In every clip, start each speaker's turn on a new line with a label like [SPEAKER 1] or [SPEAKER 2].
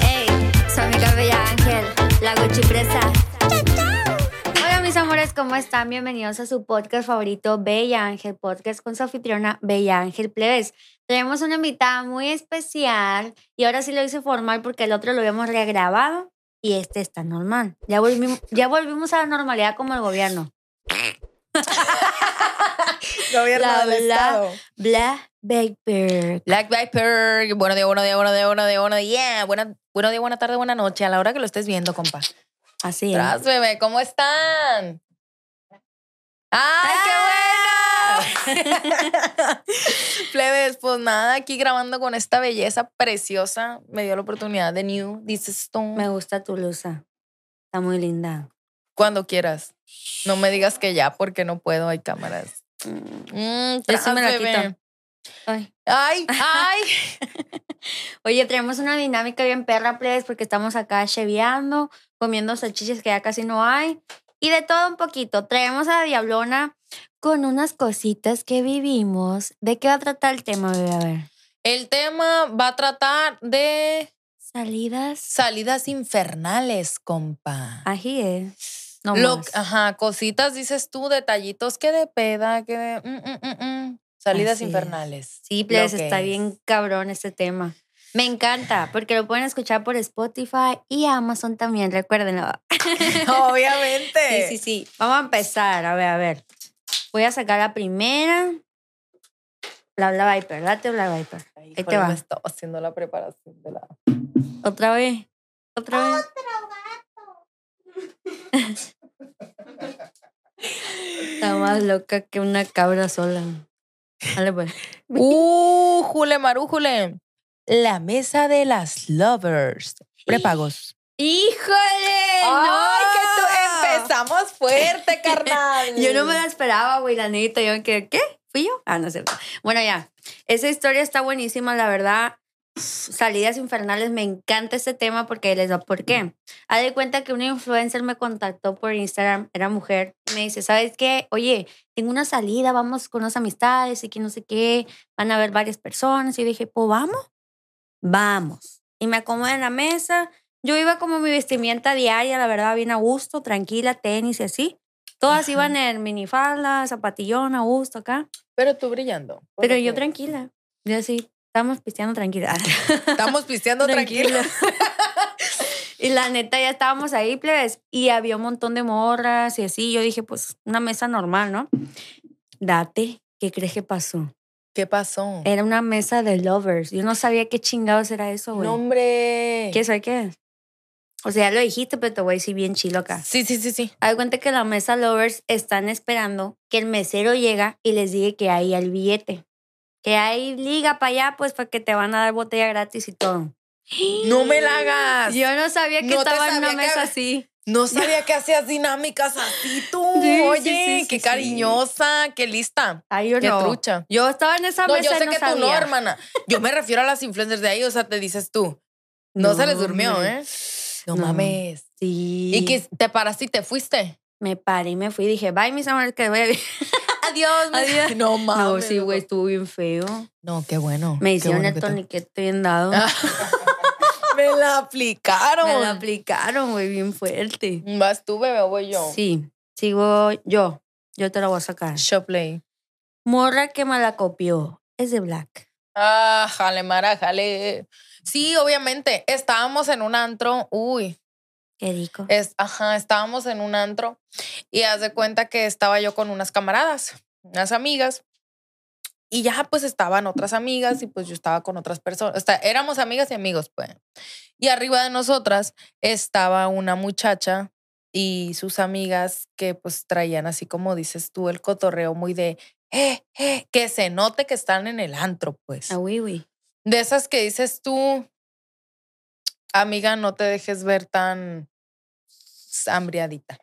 [SPEAKER 1] Hey, su amiga Bella Ángel, la Gucci Presa. Hola mis amores, ¿cómo están? Bienvenidos a su podcast favorito, Bella Ángel Podcast, con su anfitriona Bella Ángel Plebes. Tenemos una invitada muy especial y ahora sí lo hice formal porque el otro lo habíamos regrabado y este está normal. Ya volvimos, ya volvimos a la normalidad como el gobierno.
[SPEAKER 2] Gobierno
[SPEAKER 1] Bla,
[SPEAKER 2] del
[SPEAKER 1] bla.
[SPEAKER 2] Estado.
[SPEAKER 1] Black Baker.
[SPEAKER 2] Black Viper. Bueno día, bueno día, bueno día, bueno día, bueno día. Buena, bueno día, buena tarde, buena noche. A la hora que lo estés viendo, compa.
[SPEAKER 1] Así es.
[SPEAKER 2] Tras, bebé, ¿cómo están? ¡Ay, qué bueno! Plebes, pues nada, aquí grabando con esta belleza preciosa. Me dio la oportunidad de New, dices tú.
[SPEAKER 1] Me gusta tu lusa. Está muy linda.
[SPEAKER 2] Cuando quieras. No me digas que ya, porque no puedo, hay cámaras. Mm,
[SPEAKER 1] Eso
[SPEAKER 2] tras,
[SPEAKER 1] me la
[SPEAKER 2] bebé.
[SPEAKER 1] quito. Ay.
[SPEAKER 2] Ay, ay.
[SPEAKER 1] Oye, tenemos una dinámica bien perra, plebes, porque estamos acá cheveando, comiendo salchichas que ya casi no hay. Y de todo un poquito. Traemos a Diablona con unas cositas que vivimos. ¿De qué va a tratar el tema, bebé? A ver.
[SPEAKER 2] El tema va a tratar de
[SPEAKER 1] Salidas.
[SPEAKER 2] salidas infernales, compa.
[SPEAKER 1] Ají, eh. No
[SPEAKER 2] Lo-
[SPEAKER 1] más.
[SPEAKER 2] ajá, cositas dices tú, detallitos que de peda, que de mm, mm, mm, mm. salidas
[SPEAKER 1] Así es.
[SPEAKER 2] infernales.
[SPEAKER 1] Sí, plebes,
[SPEAKER 2] Lo que
[SPEAKER 1] está
[SPEAKER 2] es.
[SPEAKER 1] bien cabrón este tema. Me encanta, porque lo pueden escuchar por Spotify y Amazon también, recuérdenlo. Sí,
[SPEAKER 2] Obviamente.
[SPEAKER 1] sí, sí. Vamos a empezar. A ver, a ver. Voy a sacar la primera. La Bla Viper, date Bla Viper.
[SPEAKER 2] Ahí
[SPEAKER 1] te va.
[SPEAKER 2] Estaba haciendo la preparación de la.
[SPEAKER 1] Otra vez. Otra vez. Está más loca que una cabra sola. Dale, pues.
[SPEAKER 2] Uh, Jule Marújule. La mesa de las lovers. Prepagos. ¡Ah!
[SPEAKER 1] ¡Híjole!
[SPEAKER 2] Ay,
[SPEAKER 1] ¡No!
[SPEAKER 2] que tú empezamos fuerte, carnal.
[SPEAKER 1] Yo no me la esperaba, güey, la neta. Yo me quedé, ¿qué? ¿Fui yo? Ah, no es cierto. Bueno, ya. Esa historia está buenísima, la verdad. Salidas infernales, me encanta este tema porque les da por qué. Haz de cuenta que una influencer me contactó por Instagram, era mujer, y me dice, ¿sabes qué? Oye, tengo una salida, vamos con unas amistades y que no sé qué, van a haber varias personas. Y yo dije, pues vamos, vamos. Y me acomodé en la mesa. Yo iba como mi vestimenta diaria, la verdad, bien a gusto, tranquila, tenis y así. Todas
[SPEAKER 2] Ajá.
[SPEAKER 1] iban en minifalda, zapatillón, a gusto acá.
[SPEAKER 2] Pero tú brillando.
[SPEAKER 1] Pero
[SPEAKER 2] Porque
[SPEAKER 1] yo tranquila. Yo así, estamos pisteando tranquila.
[SPEAKER 2] Estamos pisteando tranquilos.
[SPEAKER 1] y la neta, ya estábamos ahí, plebes. Y había un montón de morras y así. Yo dije, pues, una mesa normal, ¿no? Date, ¿qué crees que pasó?
[SPEAKER 2] ¿Qué pasó?
[SPEAKER 1] Era una mesa de lovers. Yo no sabía qué chingados era eso, güey.
[SPEAKER 2] No, hombre.
[SPEAKER 1] ¿Qué soy qué? O sea, ya lo dijiste, pero te voy a decir bien chilo acá.
[SPEAKER 2] Sí, sí, sí, sí.
[SPEAKER 1] Haz de cuenta que la mesa lovers están esperando que el mesero llega y les diga que hay el billete. Que hay liga para allá, pues porque te van a dar botella gratis y todo.
[SPEAKER 2] No me la hagas.
[SPEAKER 1] Yo no sabía que
[SPEAKER 2] No te
[SPEAKER 1] estaba en una
[SPEAKER 2] sabía que
[SPEAKER 1] mesa
[SPEAKER 2] había-
[SPEAKER 1] así.
[SPEAKER 2] No sabía que hacías dinámicas así tú.
[SPEAKER 1] Sí,
[SPEAKER 2] Oye,
[SPEAKER 1] sí, sí,
[SPEAKER 2] qué
[SPEAKER 1] sí,
[SPEAKER 2] cariñosa, qué lista.
[SPEAKER 1] Ay, yo
[SPEAKER 2] Qué
[SPEAKER 1] no.
[SPEAKER 2] trucha.
[SPEAKER 1] Yo estaba en esa
[SPEAKER 2] No,
[SPEAKER 1] mesa
[SPEAKER 2] yo
[SPEAKER 1] y
[SPEAKER 2] sé
[SPEAKER 1] no
[SPEAKER 2] que tú no,
[SPEAKER 1] sabía.
[SPEAKER 2] hermana. Yo me refiero a las influencers de ahí, o sea, te dices tú. No, se les durmió,
[SPEAKER 1] hombre.
[SPEAKER 2] ¿eh? No,
[SPEAKER 1] No.
[SPEAKER 2] mames.
[SPEAKER 1] Sí.
[SPEAKER 2] Y que te paraste y te fuiste.
[SPEAKER 1] Me paré y me fui. Dije, bye, mis amores, que voy a...
[SPEAKER 2] Adiós,
[SPEAKER 1] mis-
[SPEAKER 2] No
[SPEAKER 1] No,
[SPEAKER 2] mames.
[SPEAKER 1] sí, güey, estuvo bien feo.
[SPEAKER 2] No, qué bueno.
[SPEAKER 1] Me
[SPEAKER 2] Qué
[SPEAKER 1] hicieron
[SPEAKER 2] bueno
[SPEAKER 1] el
[SPEAKER 2] que te-
[SPEAKER 1] torniquete bien dado.
[SPEAKER 2] Ah, Me la aplicaron.
[SPEAKER 1] Me lo aplicaron, güey, bien fuerte.
[SPEAKER 2] ¿Vas tú, bebé, o voy yo?
[SPEAKER 1] Sí, sigo yo. Yo te la voy a sacar.
[SPEAKER 2] Shopley.
[SPEAKER 1] Morra que me la copió. Es de Black.
[SPEAKER 2] Ah, jale, mara, jale. Sí, obviamente. Estábamos en un antro. Uy,
[SPEAKER 1] Qué rico.
[SPEAKER 2] es, ajá, estábamos en un antro y haz de cuenta que estaba yo con unas camaradas, unas amigas. Y ya pues estaban otras amigas y pues yo estaba con otras personas. O sea, éramos amigas y amigos, pues. Y arriba de nosotras estaba una muchacha y sus amigas que pues traían así como dices tú el cotorreo muy de, eh, eh, que se note que están en el antro, pues.
[SPEAKER 1] Ah, uy, uy.
[SPEAKER 2] De esas que dices tú, amiga, no te dejes ver tan hambriadita.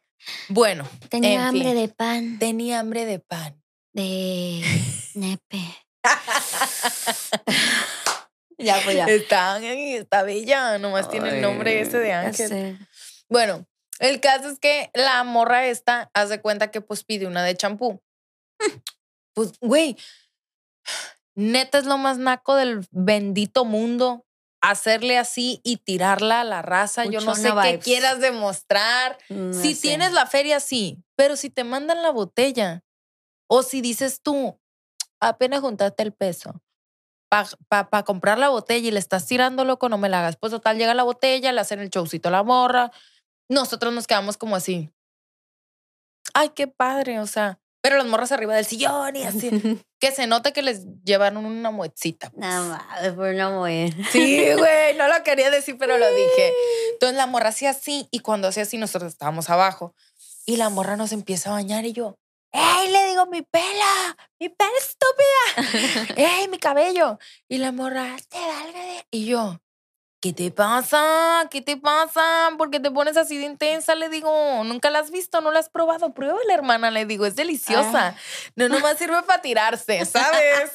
[SPEAKER 2] Bueno,
[SPEAKER 1] Tenía
[SPEAKER 2] En
[SPEAKER 1] hambre
[SPEAKER 2] fin.
[SPEAKER 1] de pan, de,
[SPEAKER 2] tenía hambre de pan.
[SPEAKER 1] nepe. ya, pues ya.
[SPEAKER 2] Está, está bella, nomás tiene el nombre ese de
[SPEAKER 1] Ya
[SPEAKER 2] Ángel.
[SPEAKER 1] sé.
[SPEAKER 2] Bueno, el caso es que la morra esta hace cuenta que pues pide una de champú. Pues, güey, neta es lo más naco del bendito mundo. Hacerle así y tirarla a la raza. Yo no sé
[SPEAKER 1] Buchona
[SPEAKER 2] qué
[SPEAKER 1] vibes.
[SPEAKER 2] quieras demostrar.
[SPEAKER 1] No
[SPEAKER 2] Si
[SPEAKER 1] sé.
[SPEAKER 2] tienes la feria, sí, pero si te mandan la botella o si dices tú, apenas juntaste el peso para comprar la botella y le estás tirando loco, no me la hagas. Pues total, llega la botella, le hacen el showcito a la morra. Nosotros nos quedamos como así. Ay, qué padre, o sea. Pero las morras arriba del sillón y así. que se note que les llevaron una muetcita.
[SPEAKER 1] No mames, por no mover.
[SPEAKER 2] Sí, güey, no lo quería decir, pero lo dije. Entonces la morra hacía así y cuando hacía así nosotros estábamos abajo y la morra nos empieza a bañar y yo, ¡Ey! Le digo, mi pela, mi pela estúpida, ¡Ey! Mi cabello. Y la morra, te valga de... Y yo, ¿qué te pasa? ¿Qué te pasa? ¿Por qué te pones así de intensa? Le digo, nunca la has visto, no la has probado, pruébala, hermana, le digo, es deliciosa. No nomás sirve para tirarse, ¿sabes?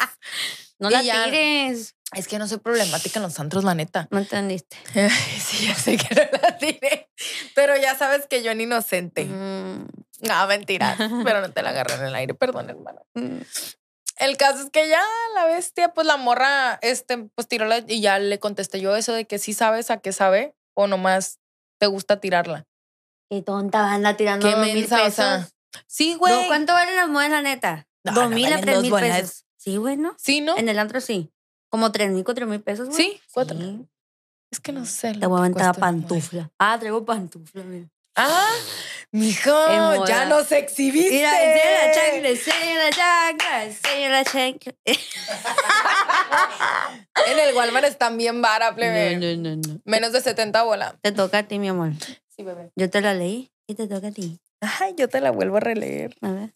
[SPEAKER 1] No
[SPEAKER 2] Y
[SPEAKER 1] la
[SPEAKER 2] ya.
[SPEAKER 1] tires.
[SPEAKER 2] es que no soy problemática en los antros, la neta.
[SPEAKER 1] No entendiste.
[SPEAKER 2] Ay, sí, ya sé que no la tiré. Pero ya sabes que yo en inocente.
[SPEAKER 1] Mm,
[SPEAKER 2] No, mentira. Pero no te la agarré en el aire, perdón, hermano.
[SPEAKER 1] mm.
[SPEAKER 2] El caso es que ya la bestia, pues la morra, este, pues tiró la. Y ya le contesté yo eso de que sí sabes a qué sabe o nomás te gusta tirarla.
[SPEAKER 1] Qué tonta vas a andar tirando
[SPEAKER 2] Qué
[SPEAKER 1] dos mil
[SPEAKER 2] mensa, o
[SPEAKER 1] pesos.
[SPEAKER 2] sea, Sí, güey.
[SPEAKER 1] No, ¿Cuánto valen las monedas, la neta?
[SPEAKER 2] No,
[SPEAKER 1] dos
[SPEAKER 2] no
[SPEAKER 1] mil a
[SPEAKER 2] valen
[SPEAKER 1] tres
[SPEAKER 2] dos
[SPEAKER 1] mil
[SPEAKER 2] bolas.
[SPEAKER 1] pesos. Sí, güey, ¿no?
[SPEAKER 2] Sí, ¿no?
[SPEAKER 1] En el antro sí. Como tres mil, cuatro mil pesos, güey.
[SPEAKER 2] Sí, cuatro. Mm,
[SPEAKER 1] Sí.
[SPEAKER 2] Es que no sé.
[SPEAKER 1] Te
[SPEAKER 2] lo
[SPEAKER 1] voy a
[SPEAKER 2] que
[SPEAKER 1] aventar
[SPEAKER 2] cuesta una mujer.
[SPEAKER 1] pantufla. Ah, traigo pantufla, mira.
[SPEAKER 2] Ah,
[SPEAKER 1] En
[SPEAKER 2] mijo,
[SPEAKER 1] moda.
[SPEAKER 2] ya nos exhibiste.
[SPEAKER 1] Mira, enseña la chancla, enseña la chancla, enseña la chancla.
[SPEAKER 2] En el Walmart están bien vara, plebe.
[SPEAKER 1] No, no, no, no.
[SPEAKER 2] Menos de 70 bolas.
[SPEAKER 1] Te toca a ti, mi amor.
[SPEAKER 2] Sí, bebé.
[SPEAKER 1] Yo te la leí y te toca a ti.
[SPEAKER 2] Ay, yo te la vuelvo a releer.
[SPEAKER 1] A ver.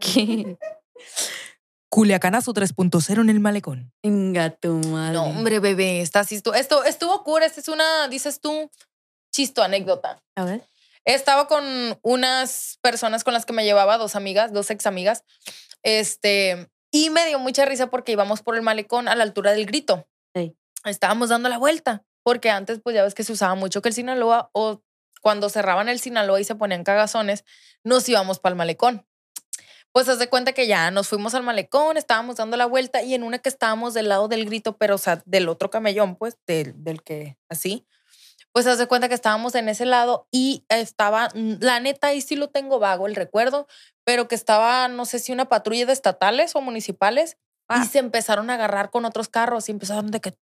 [SPEAKER 1] ¿Qué?
[SPEAKER 3] Culiacanazo 3.0 en el malecón.
[SPEAKER 1] Venga, tu madre.
[SPEAKER 2] No, hombre, bebé, está así. Esto, esto estuvo cura. Esta es una, dices tú, chisto anécdota.
[SPEAKER 1] A ver.
[SPEAKER 2] Estaba con unas personas con las que me llevaba, dos amigas, dos ex amigas. Este, y me dio mucha risa porque íbamos por el malecón a la altura del grito.
[SPEAKER 1] Ey.
[SPEAKER 2] Estábamos dando la vuelta, porque antes, pues ya ves que se usaba mucho que el Sinaloa o cuando cerraban el Sinaloa y se ponían cagazones, nos íbamos para el malecón. Pues haz de cuenta que ya nos fuimos al malecón, estábamos dando la vuelta y en una que estábamos del lado del grito, pero o sea, del otro camellón, pues, del, del que así. Pues haz de cuenta que estábamos en ese lado y estaba, mm, la neta, ahí sí lo tengo vago el recuerdo, pero que estaba, no sé si una patrulla de estatales o municipales
[SPEAKER 1] Ah.
[SPEAKER 2] y se empezaron a agarrar con otros carros y empezaron de que.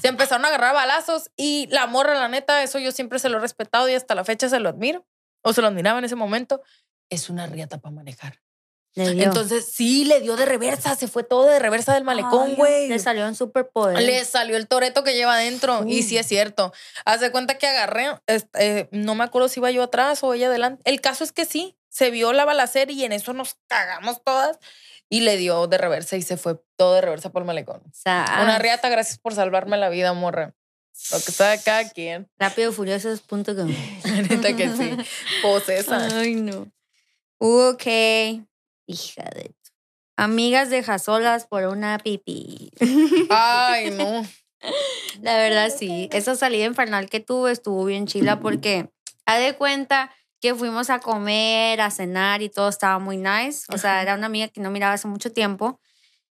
[SPEAKER 2] Se empezaron a agarrar balazos y la morra, la neta, eso yo siempre se lo he respetado y hasta la fecha se lo admiro o se lo admiraba en ese momento es una riata para manejar.
[SPEAKER 1] Le dio.
[SPEAKER 2] Entonces, sí, le dio de reversa, se fue todo de reversa del malecón,
[SPEAKER 1] Ay,
[SPEAKER 2] güey.
[SPEAKER 1] Le salió un superpoder.
[SPEAKER 2] Le salió el toreto que lleva adentro.
[SPEAKER 1] Uy.
[SPEAKER 2] Y sí es cierto. Hace cuenta que agarré, este, eh, no me acuerdo si iba yo atrás o ella adelante. El caso es que sí, se vio la balacera y en eso nos cagamos todas. Y le dio de reversa y se fue todo de reversa por el malecón.
[SPEAKER 1] Sa-
[SPEAKER 2] Una riata, gracias por salvarme la vida, morra. Lo que sabe cada quien.
[SPEAKER 1] Rápido, furiosos, punto com.
[SPEAKER 2] La neta que sí. Posesa.
[SPEAKER 1] Ay, no. Ok. Hija de tu- Amigas deja solas por una pipí.
[SPEAKER 2] Ay, no.
[SPEAKER 1] La verdad, sí. Esa salida infernal que tuve estuvo bien chila porque ha de cuenta que fuimos a comer, a cenar y todo estaba muy nice. O sea, era una amiga que no miraba hace mucho tiempo.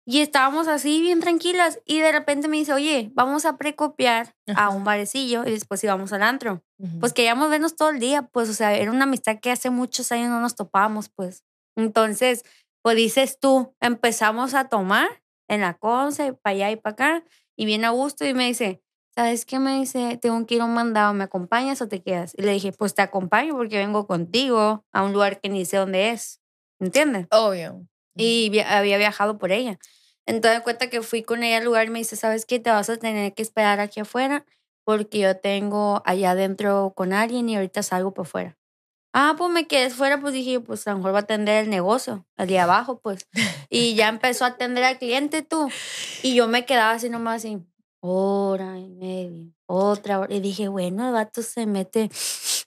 [SPEAKER 1] Y estábamos así bien tranquilas y de repente me dice, oye, vamos a precopiar a un barecillo y después íbamos al antro. Pues queríamos vernos todo el día, pues, o sea, era una amistad que hace muchos años no nos topábamos, pues. Entonces, pues dices tú, empezamos a tomar en la conce, para allá y para acá. Y viene a gusto y me dice, ¿sabes qué? Me dice, tengo que ir a un mandado, ¿me acompañas o te quedas? Y le dije, pues te acompaño porque vengo contigo a un lugar que ni sé dónde es. ¿Entiendes?
[SPEAKER 2] Obvio.
[SPEAKER 1] y via- había viajado por ella. Entonces cuenta que fui con ella al lugar y me dice, ¿sabes qué? Te vas a tener que esperar aquí afuera porque yo tengo allá adentro con alguien y ahorita salgo por fuera. Ah, pues me quedé fuera, pues dije, pues a lo mejor va a atender el negocio, al de abajo, pues. Y ya empezó a atender al cliente tú. Y yo me quedaba así nomás así, hora y media, otra hora. Y dije, bueno, el vato se mete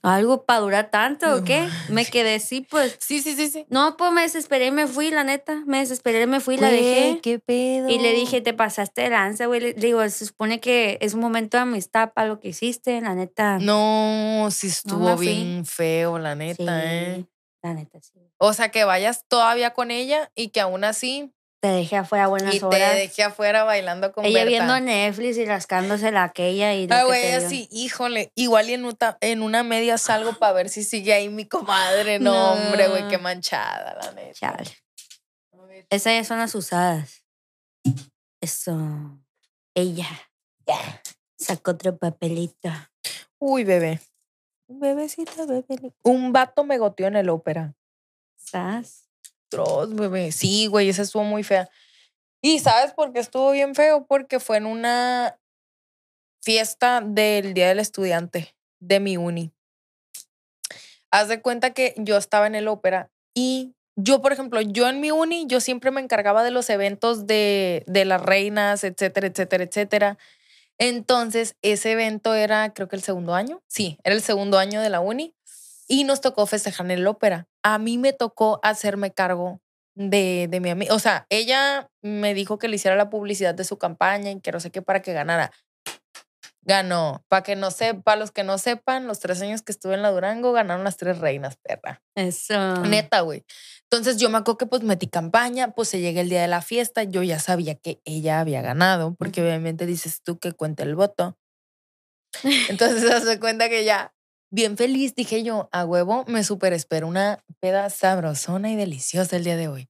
[SPEAKER 1] algo para durar tanto, ¿o
[SPEAKER 2] No
[SPEAKER 1] qué? Me quedé así, pues.
[SPEAKER 2] Sí, sí, sí, sí.
[SPEAKER 1] No, pues me desesperé y me fui, la neta. Me desesperé, me fui, la dejé.
[SPEAKER 2] ¿Qué pedo?
[SPEAKER 1] Y le dije, te pasaste de lanza, güey. Le le digo, se supone que es un momento de amistad para lo que hiciste, la neta.
[SPEAKER 2] No, sí estuvo
[SPEAKER 1] me fui.
[SPEAKER 2] bien feo, la
[SPEAKER 1] Sí,
[SPEAKER 2] neta, ¿eh?
[SPEAKER 1] La neta, sí.
[SPEAKER 2] O sea, que vayas todavía con ella y que aún así
[SPEAKER 1] Te dejé afuera buenas
[SPEAKER 2] y te
[SPEAKER 1] horas.
[SPEAKER 2] dejé afuera bailando con
[SPEAKER 1] Ella
[SPEAKER 2] Berta.
[SPEAKER 1] viendo Netflix y rascándose la aquella y lo
[SPEAKER 2] Ah,
[SPEAKER 1] que
[SPEAKER 2] güey,
[SPEAKER 1] te dio.
[SPEAKER 2] así, híjole, igual y en, uta- en una media salgo para ver si sigue ahí mi comadre. No,
[SPEAKER 1] No.
[SPEAKER 2] hombre, güey, qué manchada, la neta.
[SPEAKER 1] Chale. Esas ya son las usadas. Eso. Ella. Sacó otro papelito.
[SPEAKER 2] Uy, bebé. Un bebecito, bebé. Un vato me goteó en el ópera.
[SPEAKER 1] ¿Sabes?
[SPEAKER 2] Tros, bebé. Sí, güey, esa estuvo muy fea. ¿Y sabes por qué estuvo bien feo? Porque fue en una fiesta del Día del Estudiante de mi uni. Haz de cuenta que yo estaba en el ópera y yo, por ejemplo, yo en mi uni, yo siempre me encargaba de los eventos de, de las reinas, etcétera, etcétera, etcétera. Entonces, ese evento era, creo que el segundo año. Sí, era el segundo año de la uni y nos tocó festejar en el ópera. A mí me tocó hacerme cargo de, de mi amiga. O sea, ella me dijo que le hiciera la publicidad de su campaña y que no sé qué para que ganara. Ganó. Para que no sepa, los que no sepan, los tres años que estuve en la Durango ganaron las tres reinas, perra.
[SPEAKER 1] Eso.
[SPEAKER 2] Neta, güey. Entonces yo me acuerdo que pues metí campaña, pues se llega el día de la fiesta, yo ya sabía que ella había ganado, porque obviamente dices tú que cuenta el voto. Entonces se hace cuenta que ya, bien feliz, dije yo, a huevo, me super espero una peda sabrosona y deliciosa el día de hoy.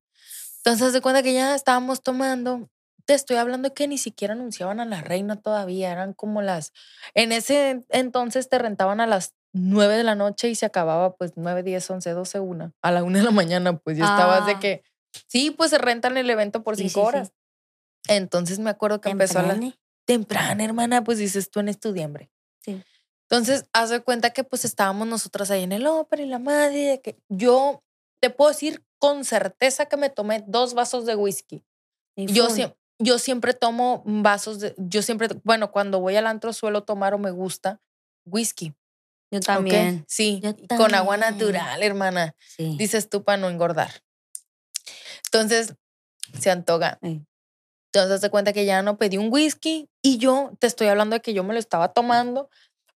[SPEAKER 2] Entonces se cuenta que ya estábamos tomando. Te estoy hablando que ni siquiera anunciaban a la reina todavía, eran como las... En ese entonces te rentaban a las 9 de la noche y se acababa pues 9, 10, 11, 12, 1. A la 1 de la mañana pues ya estabas de
[SPEAKER 1] Ah.
[SPEAKER 2] que... Sí, pues se rentan el evento por
[SPEAKER 1] Sí,
[SPEAKER 2] 5
[SPEAKER 1] sí, sí.
[SPEAKER 2] horas. Entonces me acuerdo que empezó a las
[SPEAKER 1] Temprane.
[SPEAKER 2] temprano, hermana, pues dices tú en estudiambre.
[SPEAKER 1] Sí.
[SPEAKER 2] Entonces, haz de cuenta que pues estábamos nosotras ahí en el ópera y la madre, de que yo te puedo decir con certeza que me tomé dos vasos de whisky.
[SPEAKER 1] Y
[SPEAKER 2] Yo,
[SPEAKER 1] fun.
[SPEAKER 2] siem- yo siempre tomo vasos de, yo siempre, bueno, cuando voy al antro suelo tomar o me gusta whisky.
[SPEAKER 1] Yo
[SPEAKER 2] ¿ok?
[SPEAKER 1] también.
[SPEAKER 2] Sí,
[SPEAKER 1] Yo
[SPEAKER 2] y con agua
[SPEAKER 1] también.
[SPEAKER 2] natural, hermana
[SPEAKER 1] Sí.
[SPEAKER 2] dices tú para no engordar. Entonces, se antoja.
[SPEAKER 1] Ey.
[SPEAKER 2] Entonces, te cuenta que ya no pedí un whisky y yo te estoy hablando de que yo me lo estaba tomando.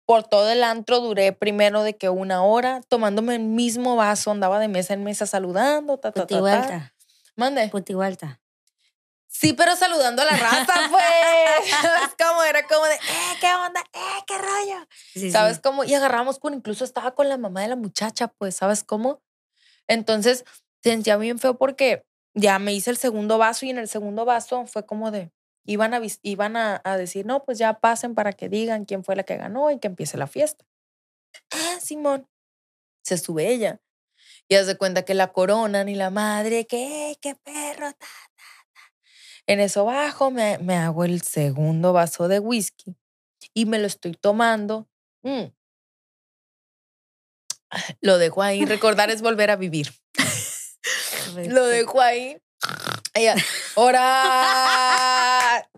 [SPEAKER 2] Por todo el antro duré primero de que una hora tomándome el mismo vaso, andaba de mesa en mesa saludando, ta,
[SPEAKER 1] Pues
[SPEAKER 2] ta, ta, ta.
[SPEAKER 1] Putigualta.
[SPEAKER 2] Mande.
[SPEAKER 1] Pues Putigualta.
[SPEAKER 2] Sí, pero saludando a la raza, pues. ¿Sabes cómo? Era como de, eh, ¿qué onda? Eh, ¿qué rollo?
[SPEAKER 1] Sí,
[SPEAKER 2] ¿Sabes
[SPEAKER 1] sí.
[SPEAKER 2] cómo? Y agarramos con, incluso estaba con la mamá de la muchacha, pues, ¿sabes cómo? Entonces, sentía bien feo porque ya me hice el segundo vaso y en el segundo vaso fue como de, iban a, vis- iban a, a decir, no, pues ya pasen para que digan quién fue la que ganó y que empiece la fiesta. Ah, Simón. Se sube ella. Y hace cuenta que la coronan y la madre, que, "Ey, qué perro, ta, ta, ta". En eso bajo, me, me hago el segundo vaso de whisky y me lo estoy tomando. Mm. Lo dejo ahí. Recordar es volver a vivir. Lo dejo ahí. Ella, ¡Hora!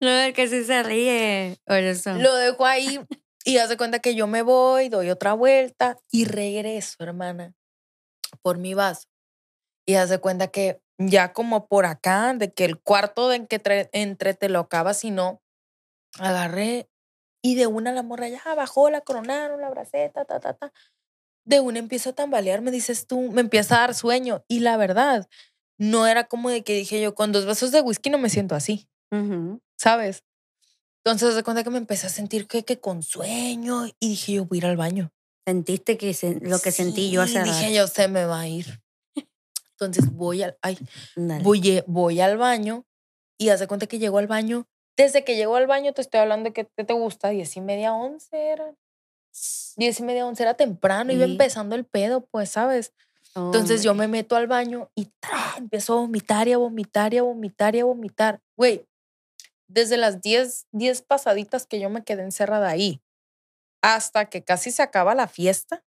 [SPEAKER 1] No, es que sí se ríe. Por eso.
[SPEAKER 2] Lo dejo ahí. Y hace cuenta que yo me voy, doy otra vuelta y regreso, hermana, por mi vaso. Y hace cuenta que ya como por acá, de que el cuarto de en que tre- entre te lo acabas y no, agarré y de una la morra ya bajó, la coronaron, la braceta, ta, ta, ta. De una empiezo a tambalear, me dices tú, me empieza a dar sueño. Y la verdad, no era como de que dije yo, con dos vasos de whisky no me siento así.
[SPEAKER 1] Ujú.
[SPEAKER 2] ¿sabes? Entonces, de cuenta que me empecé a sentir que, que con sueño y dije, yo voy a ir al baño.
[SPEAKER 1] Sentiste que se- lo que sentí yo
[SPEAKER 2] Sí,
[SPEAKER 1] hace
[SPEAKER 2] Dije,
[SPEAKER 1] rato.
[SPEAKER 2] yo se me va a ir. Entonces voy al, ay,
[SPEAKER 1] Ándale.
[SPEAKER 2] voy, voy al baño Y hace cuenta que llegó al baño. Desde que llegó al baño, te estoy hablando de que, que te gusta, diez y media, once era. Diez y media, once era temprano, iba
[SPEAKER 1] Sí.
[SPEAKER 2] empezando el pedo, pues, ¿sabes? Entonces
[SPEAKER 1] Oh,
[SPEAKER 2] yo me meto al baño y ¡tra! empiezo a vomitar y a vomitar y a vomitar y a vomitar. Güey, desde las 10, 10 pasaditas que yo me quedé encerrada ahí hasta que casi se acaba la fiesta,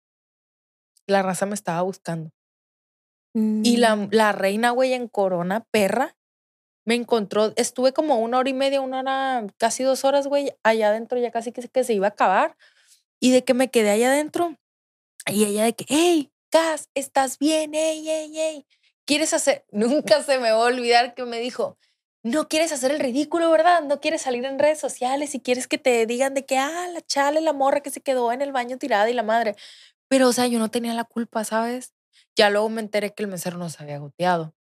[SPEAKER 2] la raza me estaba buscando. Y la, la reina, güey, en corona, perra, me encontró, estuve como una hora y media, una hora, casi dos horas, güey, allá adentro, ya casi que, se- que se iba a acabar. Y de que me quedé allá adentro, y ella de que, hey, Cas, estás bien, hey, hey, hey. ¿Quieres hacer? Nunca se me va a olvidar que me dijo, no quieres hacer el ridículo, ¿verdad? No quieres salir en redes sociales y quieres que te digan de que, ah, la chale, la morra que se quedó en el baño tirada y la madre. Pero, o sea, yo no tenía la culpa, ¿sabes? Ya luego me enteré que el mesero nos había goteado.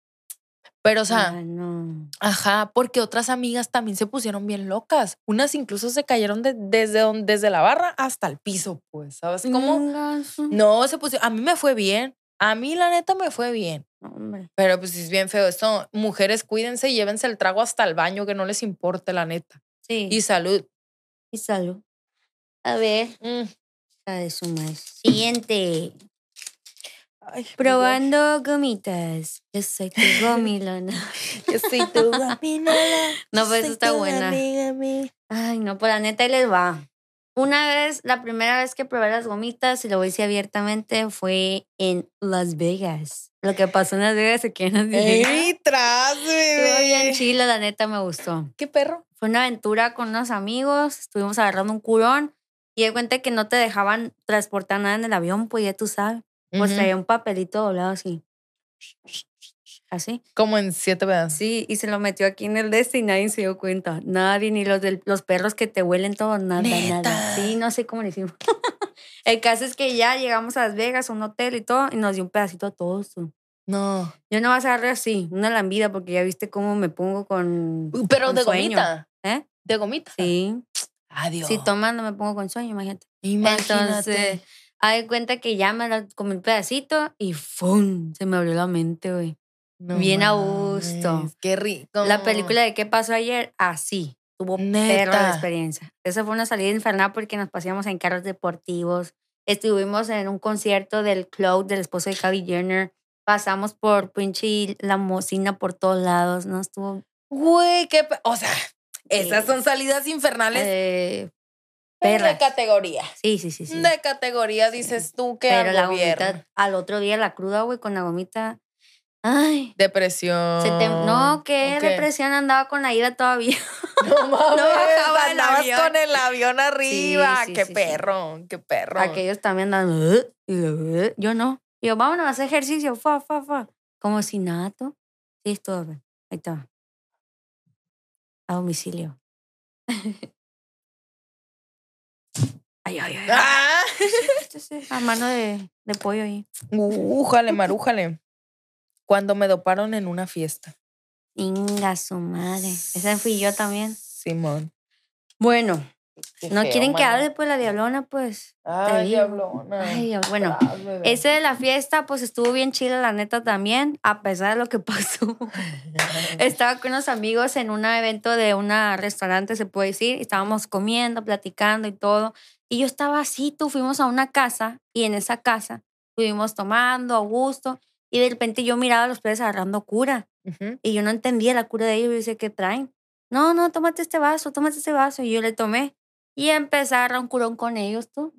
[SPEAKER 2] Pero, o sea, Ajá, porque otras amigas también se pusieron bien locas. Unas incluso se cayeron de- desde, don- desde la barra hasta el piso, pues, ¿sabes cómo?
[SPEAKER 1] Mm.
[SPEAKER 2] No, se pusieron. A mí me fue bien. A mí, la neta, me fue bien.
[SPEAKER 1] Hombre.
[SPEAKER 2] Pero pues es bien feo esto. Mujeres, cuídense y llévense el trago hasta el baño, que no les importe, la neta.
[SPEAKER 1] Sí.
[SPEAKER 2] Y salud.
[SPEAKER 1] Y salud. A ver,
[SPEAKER 2] Mm.
[SPEAKER 1] la de su madre. Siguiente.
[SPEAKER 2] Ay,
[SPEAKER 1] Probando gomitas. Yo soy tu gomilona.
[SPEAKER 2] Yo soy tu gominola.
[SPEAKER 1] No,
[SPEAKER 2] Yo
[SPEAKER 1] pues,
[SPEAKER 2] soy
[SPEAKER 1] está
[SPEAKER 2] tu
[SPEAKER 1] buena.
[SPEAKER 2] amiga mía.
[SPEAKER 1] Ay, no, pues la neta, ahí les va. Una vez, la primera vez que probé las gomitas, y lo voy a decir abiertamente, fue en Las Vegas. Lo que pasó en Las Vegas, se quieren decir.
[SPEAKER 2] ¡Ey, tras,
[SPEAKER 1] Estuvo
[SPEAKER 2] bebé!
[SPEAKER 1] bien chila, la neta, me gustó.
[SPEAKER 2] ¡Qué perro!
[SPEAKER 1] fue una aventura con unos amigos, estuvimos agarrando un curón y de cuenta que no te dejaban transportar nada en el avión, pues ya tú sabes, pues
[SPEAKER 2] Ujú.
[SPEAKER 1] traía un papelito doblado así. Así.
[SPEAKER 2] Como en siete pedazos.
[SPEAKER 1] Sí, y se lo metió aquí en el dedo y nadie se dio cuenta. Nadie, ni los, del- los perros que te huelen todo, nada, nada.
[SPEAKER 2] Neta.
[SPEAKER 1] Sí, no sé cómo le hicimos. el caso es que ya llegamos a Las Vegas, un hotel y todo, y nos dio un pedacito a todos.
[SPEAKER 2] No.
[SPEAKER 1] Yo no vas a agarrar así, una lambida, porque ya viste cómo me pongo con.
[SPEAKER 2] Pero
[SPEAKER 1] con
[SPEAKER 2] de
[SPEAKER 1] sueño.
[SPEAKER 2] gomita.
[SPEAKER 1] ¿Eh?
[SPEAKER 2] De gomita.
[SPEAKER 1] Sí.
[SPEAKER 2] Adiós.
[SPEAKER 1] Si tomando me pongo con sueño, imagínate. Entonces,
[SPEAKER 2] Imagínate.
[SPEAKER 1] hay cuenta que ya me lo comí un pedacito y ¡fum! Se me abrió la mente, güey.
[SPEAKER 2] No
[SPEAKER 1] bien a
[SPEAKER 2] mames,
[SPEAKER 1] gusto.
[SPEAKER 2] Qué rico.
[SPEAKER 1] La película de ¿Qué pasó ayer? Así. Tuvo perro de
[SPEAKER 2] Neta.
[SPEAKER 1] experiencia. Esa fue una salida infernal porque nos paseamos en carros deportivos. Estuvimos en un concierto del Cloud, del esposo de Kylie Jenner. Pasamos por pinche la mocina por todos lados. No estuvo.
[SPEAKER 2] Güey, qué. pe- O sea, esas son salidas infernales.
[SPEAKER 1] eh,
[SPEAKER 2] de
[SPEAKER 1] perras.
[SPEAKER 2] categoría.
[SPEAKER 1] Sí, sí, sí. sí.
[SPEAKER 2] De categoría, dices tú que
[SPEAKER 1] Pero
[SPEAKER 2] al
[SPEAKER 1] la
[SPEAKER 2] gobierno.
[SPEAKER 1] gomita, al otro día la cruda, güey, con la gomita. Ay.
[SPEAKER 2] Depresión.
[SPEAKER 1] se te- no, qué
[SPEAKER 2] Ok.
[SPEAKER 1] depresión andaba con la ida todavía.
[SPEAKER 2] No mames,
[SPEAKER 1] No bajaba del
[SPEAKER 2] andabas
[SPEAKER 1] avión.
[SPEAKER 2] con el avión arriba.
[SPEAKER 1] sí,
[SPEAKER 2] qué
[SPEAKER 1] sí, sí.
[SPEAKER 2] perro, qué perro.
[SPEAKER 1] Aquellos también andaban. "Ugh", y lo, "Ugh". Yo no. Yo, vámonos a hacer ejercicio. Fa, fa, fa. Como si nada. tú. Sí, estuvo bien. Ahí está. A domicilio. ay, ay, ay.
[SPEAKER 2] Ah.
[SPEAKER 1] A mano de, de pollo ahí.
[SPEAKER 2] Újale, marújale. Cuando me doparon en una fiesta.
[SPEAKER 1] Inga su madre. Esa fui yo también.
[SPEAKER 2] Simón.
[SPEAKER 1] Bueno,
[SPEAKER 2] Qué
[SPEAKER 1] no
[SPEAKER 2] feo,
[SPEAKER 1] quieren que
[SPEAKER 2] mana.
[SPEAKER 1] hable pues la diablona, pues. te
[SPEAKER 2] Ay,
[SPEAKER 1] digo.
[SPEAKER 2] diablona.
[SPEAKER 1] Ay, Dios, bueno.
[SPEAKER 2] Tras, bebé.
[SPEAKER 1] Ese de la fiesta, pues estuvo bien chila, la neta también, a pesar de lo que pasó. Estaba con unos amigos en un evento de un restaurante, se puede decir, y estábamos comiendo, platicando y todo. Y yo estaba así, tú fuimos a una casa y en esa casa estuvimos tomando a gusto y de repente yo miraba a los peces agarrando cura
[SPEAKER 2] Ujú.
[SPEAKER 1] y yo no entendía la cura de ellos. Yo decía, ¿qué traen? No, no, tómate este vaso, tómate este vaso. Y yo le tomé. Y empecé a agarrar un curón con ellos, tú.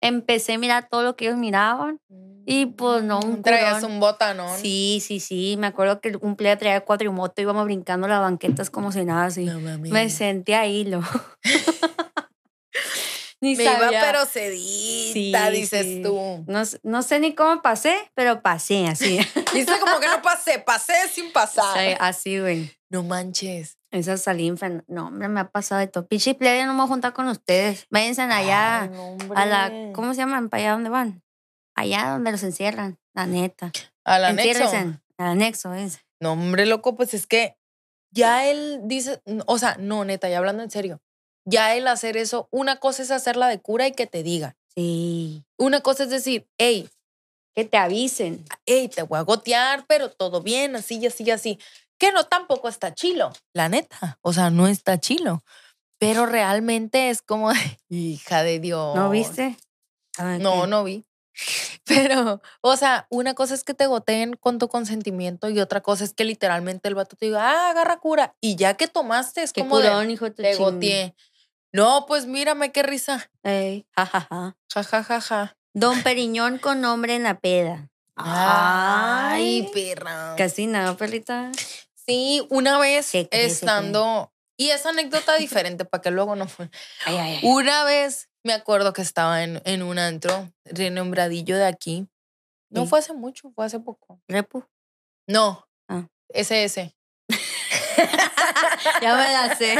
[SPEAKER 1] Empecé a mirar todo lo que ellos miraban. Y, pues, no, un
[SPEAKER 2] Traías
[SPEAKER 1] curón.
[SPEAKER 2] un botanón.
[SPEAKER 1] Sí, sí, sí. Me acuerdo que el cumpleaños traía cuatrimoto, íbamos brincando las banquetas como si nada así.
[SPEAKER 2] No, mami.
[SPEAKER 1] Me senté a hilo. Ni
[SPEAKER 2] Me iba
[SPEAKER 1] sabía.
[SPEAKER 2] pero sedita,
[SPEAKER 1] Sí,
[SPEAKER 2] dices
[SPEAKER 1] sí.
[SPEAKER 2] tú.
[SPEAKER 1] No, s- no sé ni cómo pasé, pero pasé así.
[SPEAKER 2] Dice como que no pasé, pasé sin pasar.
[SPEAKER 1] Sí, así, güey.
[SPEAKER 2] Ah, No manches.
[SPEAKER 1] Esa salida infernal. No, hombre, me ha pasado de todo. Pichi playa, no me voy a juntar con ustedes. Váyanse
[SPEAKER 2] Ay,
[SPEAKER 1] allá
[SPEAKER 2] no, hombre.
[SPEAKER 1] a la. ¿Cómo se llaman? ¿Para allá dónde van? Allá donde los encierran, la neta.
[SPEAKER 2] A la anexo.
[SPEAKER 1] Enciérrense. Al anexo, es.
[SPEAKER 2] No, hombre, loco, pues es que ya él dice, o sea, no, neta, ya hablando en serio, ya él hacer eso, una cosa es hacerla de cura y que te digan.
[SPEAKER 1] Sí.
[SPEAKER 2] Una cosa es decir, hey,
[SPEAKER 1] Que te avisen.
[SPEAKER 2] hey, te voy a gotear, pero todo bien, así, y así, y así. Que no tampoco está chilo, la neta. O sea, no está chilo. Pero realmente es como, de, hija de Dios.
[SPEAKER 1] ¿No viste? Ah,
[SPEAKER 2] No,
[SPEAKER 1] ok.
[SPEAKER 2] no vi. Pero, o sea, una cosa es que te goteen con tu consentimiento y otra cosa es que literalmente el vato te diga, ah, agarra cura. Y ya que tomaste, es
[SPEAKER 1] Qué
[SPEAKER 2] como de,
[SPEAKER 1] curón, hijo de tu
[SPEAKER 2] te
[SPEAKER 1] ching-
[SPEAKER 2] goteé. No, pues mírame qué risa.
[SPEAKER 1] Ey, ja, ja, ja.
[SPEAKER 2] Ja, ja, ja, ja.
[SPEAKER 1] Don Periñón con nombre en la peda.
[SPEAKER 2] Ay, perra.
[SPEAKER 1] Casi nada, perrita.
[SPEAKER 2] Sí, una vez
[SPEAKER 1] Se cree, se
[SPEAKER 2] estando. Y esa anécdota diferente, para que luego no fue.
[SPEAKER 1] Ay, ay, ay.
[SPEAKER 2] Una vez me acuerdo que estaba en, en un antro renombradillo de aquí. No
[SPEAKER 1] Sí.
[SPEAKER 2] fue hace mucho, fue hace poco.
[SPEAKER 1] Repu.
[SPEAKER 2] No.
[SPEAKER 1] Ah.
[SPEAKER 2] Ese, ese.
[SPEAKER 1] Ya me la sé.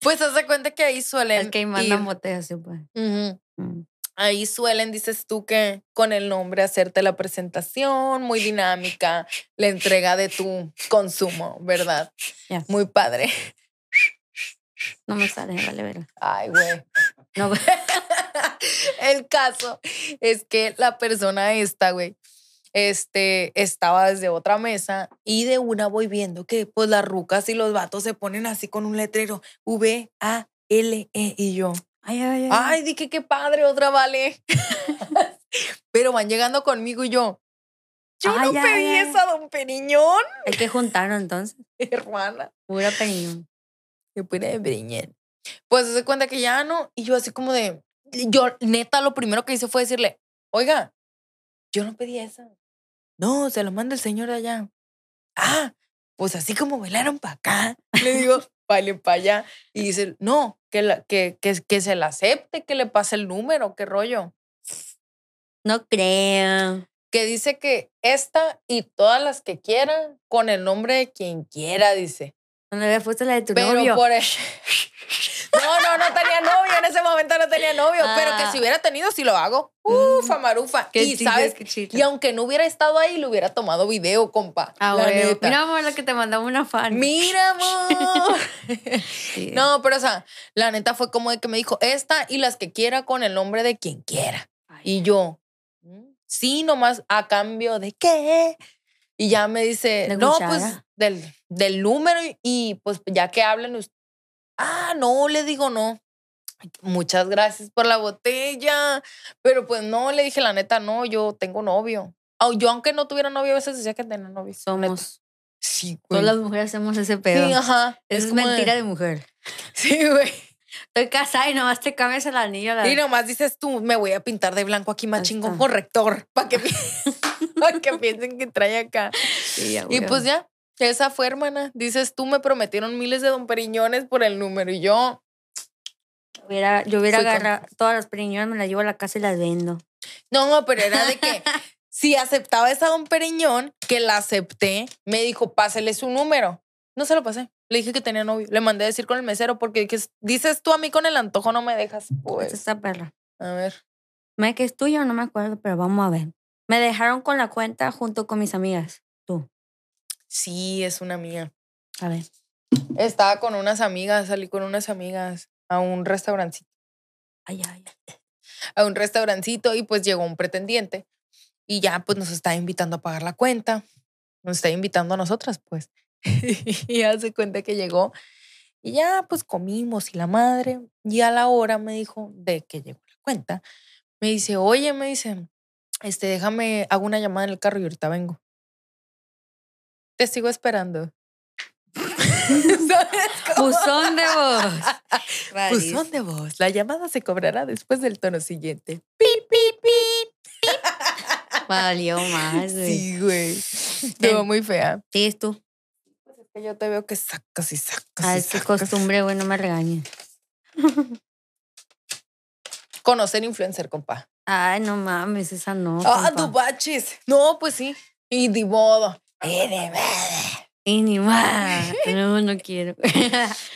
[SPEAKER 2] Pues haz de cuenta que ahí suelen.
[SPEAKER 1] El que
[SPEAKER 2] ir-
[SPEAKER 1] manda mote así, pues.
[SPEAKER 2] Ujú.
[SPEAKER 1] Mm.
[SPEAKER 2] Ahí suelen, dices tú, que con el nombre hacerte la presentación, muy dinámica, la entrega de tu consumo, ¿verdad?
[SPEAKER 1] Ya.
[SPEAKER 2] Muy padre.
[SPEAKER 1] No me sale, vale, verga.
[SPEAKER 2] Ay, güey.
[SPEAKER 1] No, güey.
[SPEAKER 2] El caso es que la persona esta, güey, este, estaba desde otra mesa y de una voy viendo que pues las rucas y los vatos se ponen así con un letrero V, A, L, E y yo.
[SPEAKER 1] Ay, ay, ay.
[SPEAKER 2] Ay, dije, qué padre, otra vale. Pero van llegando conmigo y yo. Yo
[SPEAKER 1] Ay,
[SPEAKER 2] no
[SPEAKER 1] ay,
[SPEAKER 2] pedí
[SPEAKER 1] ay.
[SPEAKER 2] esa don Periñón,
[SPEAKER 1] Hay que juntarnos entonces.
[SPEAKER 2] hermana.
[SPEAKER 1] Pura Periñón.
[SPEAKER 2] Que pura de Periñón. Pues se cuenta que ya no. Y yo así como de. Yo, neta, lo primero que hice fue decirle, oiga, yo no pedí esa. No, se lo manda el señor de allá. Ah, pues así como bailaron para acá. Le digo, vale para allá. Y dice, no, que, la, que, que, que se la acepte, que le pase el número, qué rollo.
[SPEAKER 1] No creo.
[SPEAKER 2] que dice que esta y todas las que quieran, con el nombre de quien quiera, dice.
[SPEAKER 1] No le había puesto la de tu
[SPEAKER 2] Pero
[SPEAKER 1] novio.
[SPEAKER 2] por el... No, no, no tenía novio, en ese momento no tenía novio, pero que
[SPEAKER 1] Ah. Mm.
[SPEAKER 2] si hubiera tenido, sí lo hago. Ufa, marufa.
[SPEAKER 1] Qué
[SPEAKER 2] y
[SPEAKER 1] chido,
[SPEAKER 2] sabes,
[SPEAKER 1] qué chido.
[SPEAKER 2] y aunque no hubiera estado ahí, le hubiera tomado video, compa.
[SPEAKER 1] Ah,
[SPEAKER 2] la
[SPEAKER 1] bueno.
[SPEAKER 2] neta.
[SPEAKER 1] Mira, amor, lo que te mandaba una fan.
[SPEAKER 2] Mira, amor.
[SPEAKER 1] Sí.
[SPEAKER 2] no, pero o sea, la neta fue como de que me dijo esta y las que quiera con el nombre de quien quiera. Y yo, "Mm, sí, nomás a cambio de qué. Y ya me dice,
[SPEAKER 1] ¿De
[SPEAKER 2] no,
[SPEAKER 1] cuchara?
[SPEAKER 2] pues del, del número y, y, pues ya que hablen. us- Ah, no, le digo no. Muchas gracias por la botella. Pero pues no, le dije la neta, no, yo tengo novio. Au- Yo aunque no tuviera novio, a veces decía que tenía novio. neta.
[SPEAKER 1] Somos.
[SPEAKER 2] Sí, güey.
[SPEAKER 1] Todas las mujeres hacemos ese pedo.
[SPEAKER 2] Sí, ajá.
[SPEAKER 1] Eso es
[SPEAKER 2] como de-
[SPEAKER 1] mentira de mujer.
[SPEAKER 2] Sí, güey.
[SPEAKER 1] Estoy casada y nomás te cambias el anillo. a La...
[SPEAKER 2] Y nomás dices tú, me voy a pintar de blanco aquí más
[SPEAKER 1] Ahí
[SPEAKER 2] chingón
[SPEAKER 1] está.
[SPEAKER 2] corrector para que, pi- pa' que piensen que trae acá.
[SPEAKER 1] Sí, ya,
[SPEAKER 2] Y
[SPEAKER 1] güey.
[SPEAKER 2] pues ya, esa fue, hermana. Dices tú, me prometieron miles de don Periñones por el número y yo,
[SPEAKER 1] Hubiera- yo hubiera
[SPEAKER 2] Fui con-
[SPEAKER 1] agarrado todas las periñones, me las llevo a la casa y las vendo.
[SPEAKER 2] no, pero era de que si aceptaba esa don Periñón, que la acepté, me dijo, pásele su número. No se lo pasé. Le dije que tenía novio. Le mandé a decir con el mesero porque dije, dices tú a mí con el antojo no me dejas.
[SPEAKER 1] Pues.
[SPEAKER 2] Pues,
[SPEAKER 1] Esta perra.
[SPEAKER 2] a ver.
[SPEAKER 1] Me que es tuya, no me acuerdo, pero vamos a ver. Me dejaron con la cuenta junto con mis amigas. Tú.
[SPEAKER 2] Sí, es una mía.
[SPEAKER 1] A ver.
[SPEAKER 2] Estaba con unas amigas, salí con unas amigas a un restaurancito,
[SPEAKER 1] Ay, ay, ay.
[SPEAKER 2] a un restaurancito y pues llegó un pretendiente y ya pues nos estaba invitando a pagar la cuenta, nos estaba invitando a nosotras pues. y hace cuenta que llegó y ya pues comimos y la madre y a la hora me dijo de que llegó la cuenta, me dice, "Oye", me dice, "Este, déjame hago una llamada en el carro y ahorita vengo." Te sigo esperando. ¿Sabes cómo?
[SPEAKER 1] Buzón de voz.
[SPEAKER 2] Pues
[SPEAKER 1] Rarísimo.
[SPEAKER 2] son de voz. La llamada se cobrará después del tono siguiente. Pip, pip, pip.
[SPEAKER 1] Valió más, güey. Sí.
[SPEAKER 2] Sí, güey. Estuvo muy fea.
[SPEAKER 1] es tú.
[SPEAKER 2] Que Yo te veo que sacas y sacas. y
[SPEAKER 1] Ah, es tu
[SPEAKER 2] sacas.
[SPEAKER 1] costumbre, güey, no me regañes.
[SPEAKER 2] Conocer influencer, compa.
[SPEAKER 1] Ay, no mames, esa no.
[SPEAKER 2] Ah,
[SPEAKER 1] compa.
[SPEAKER 2] tu baches. No, pues sí. Y de modo. Y de modo.
[SPEAKER 1] Y ni más. No, no quiero.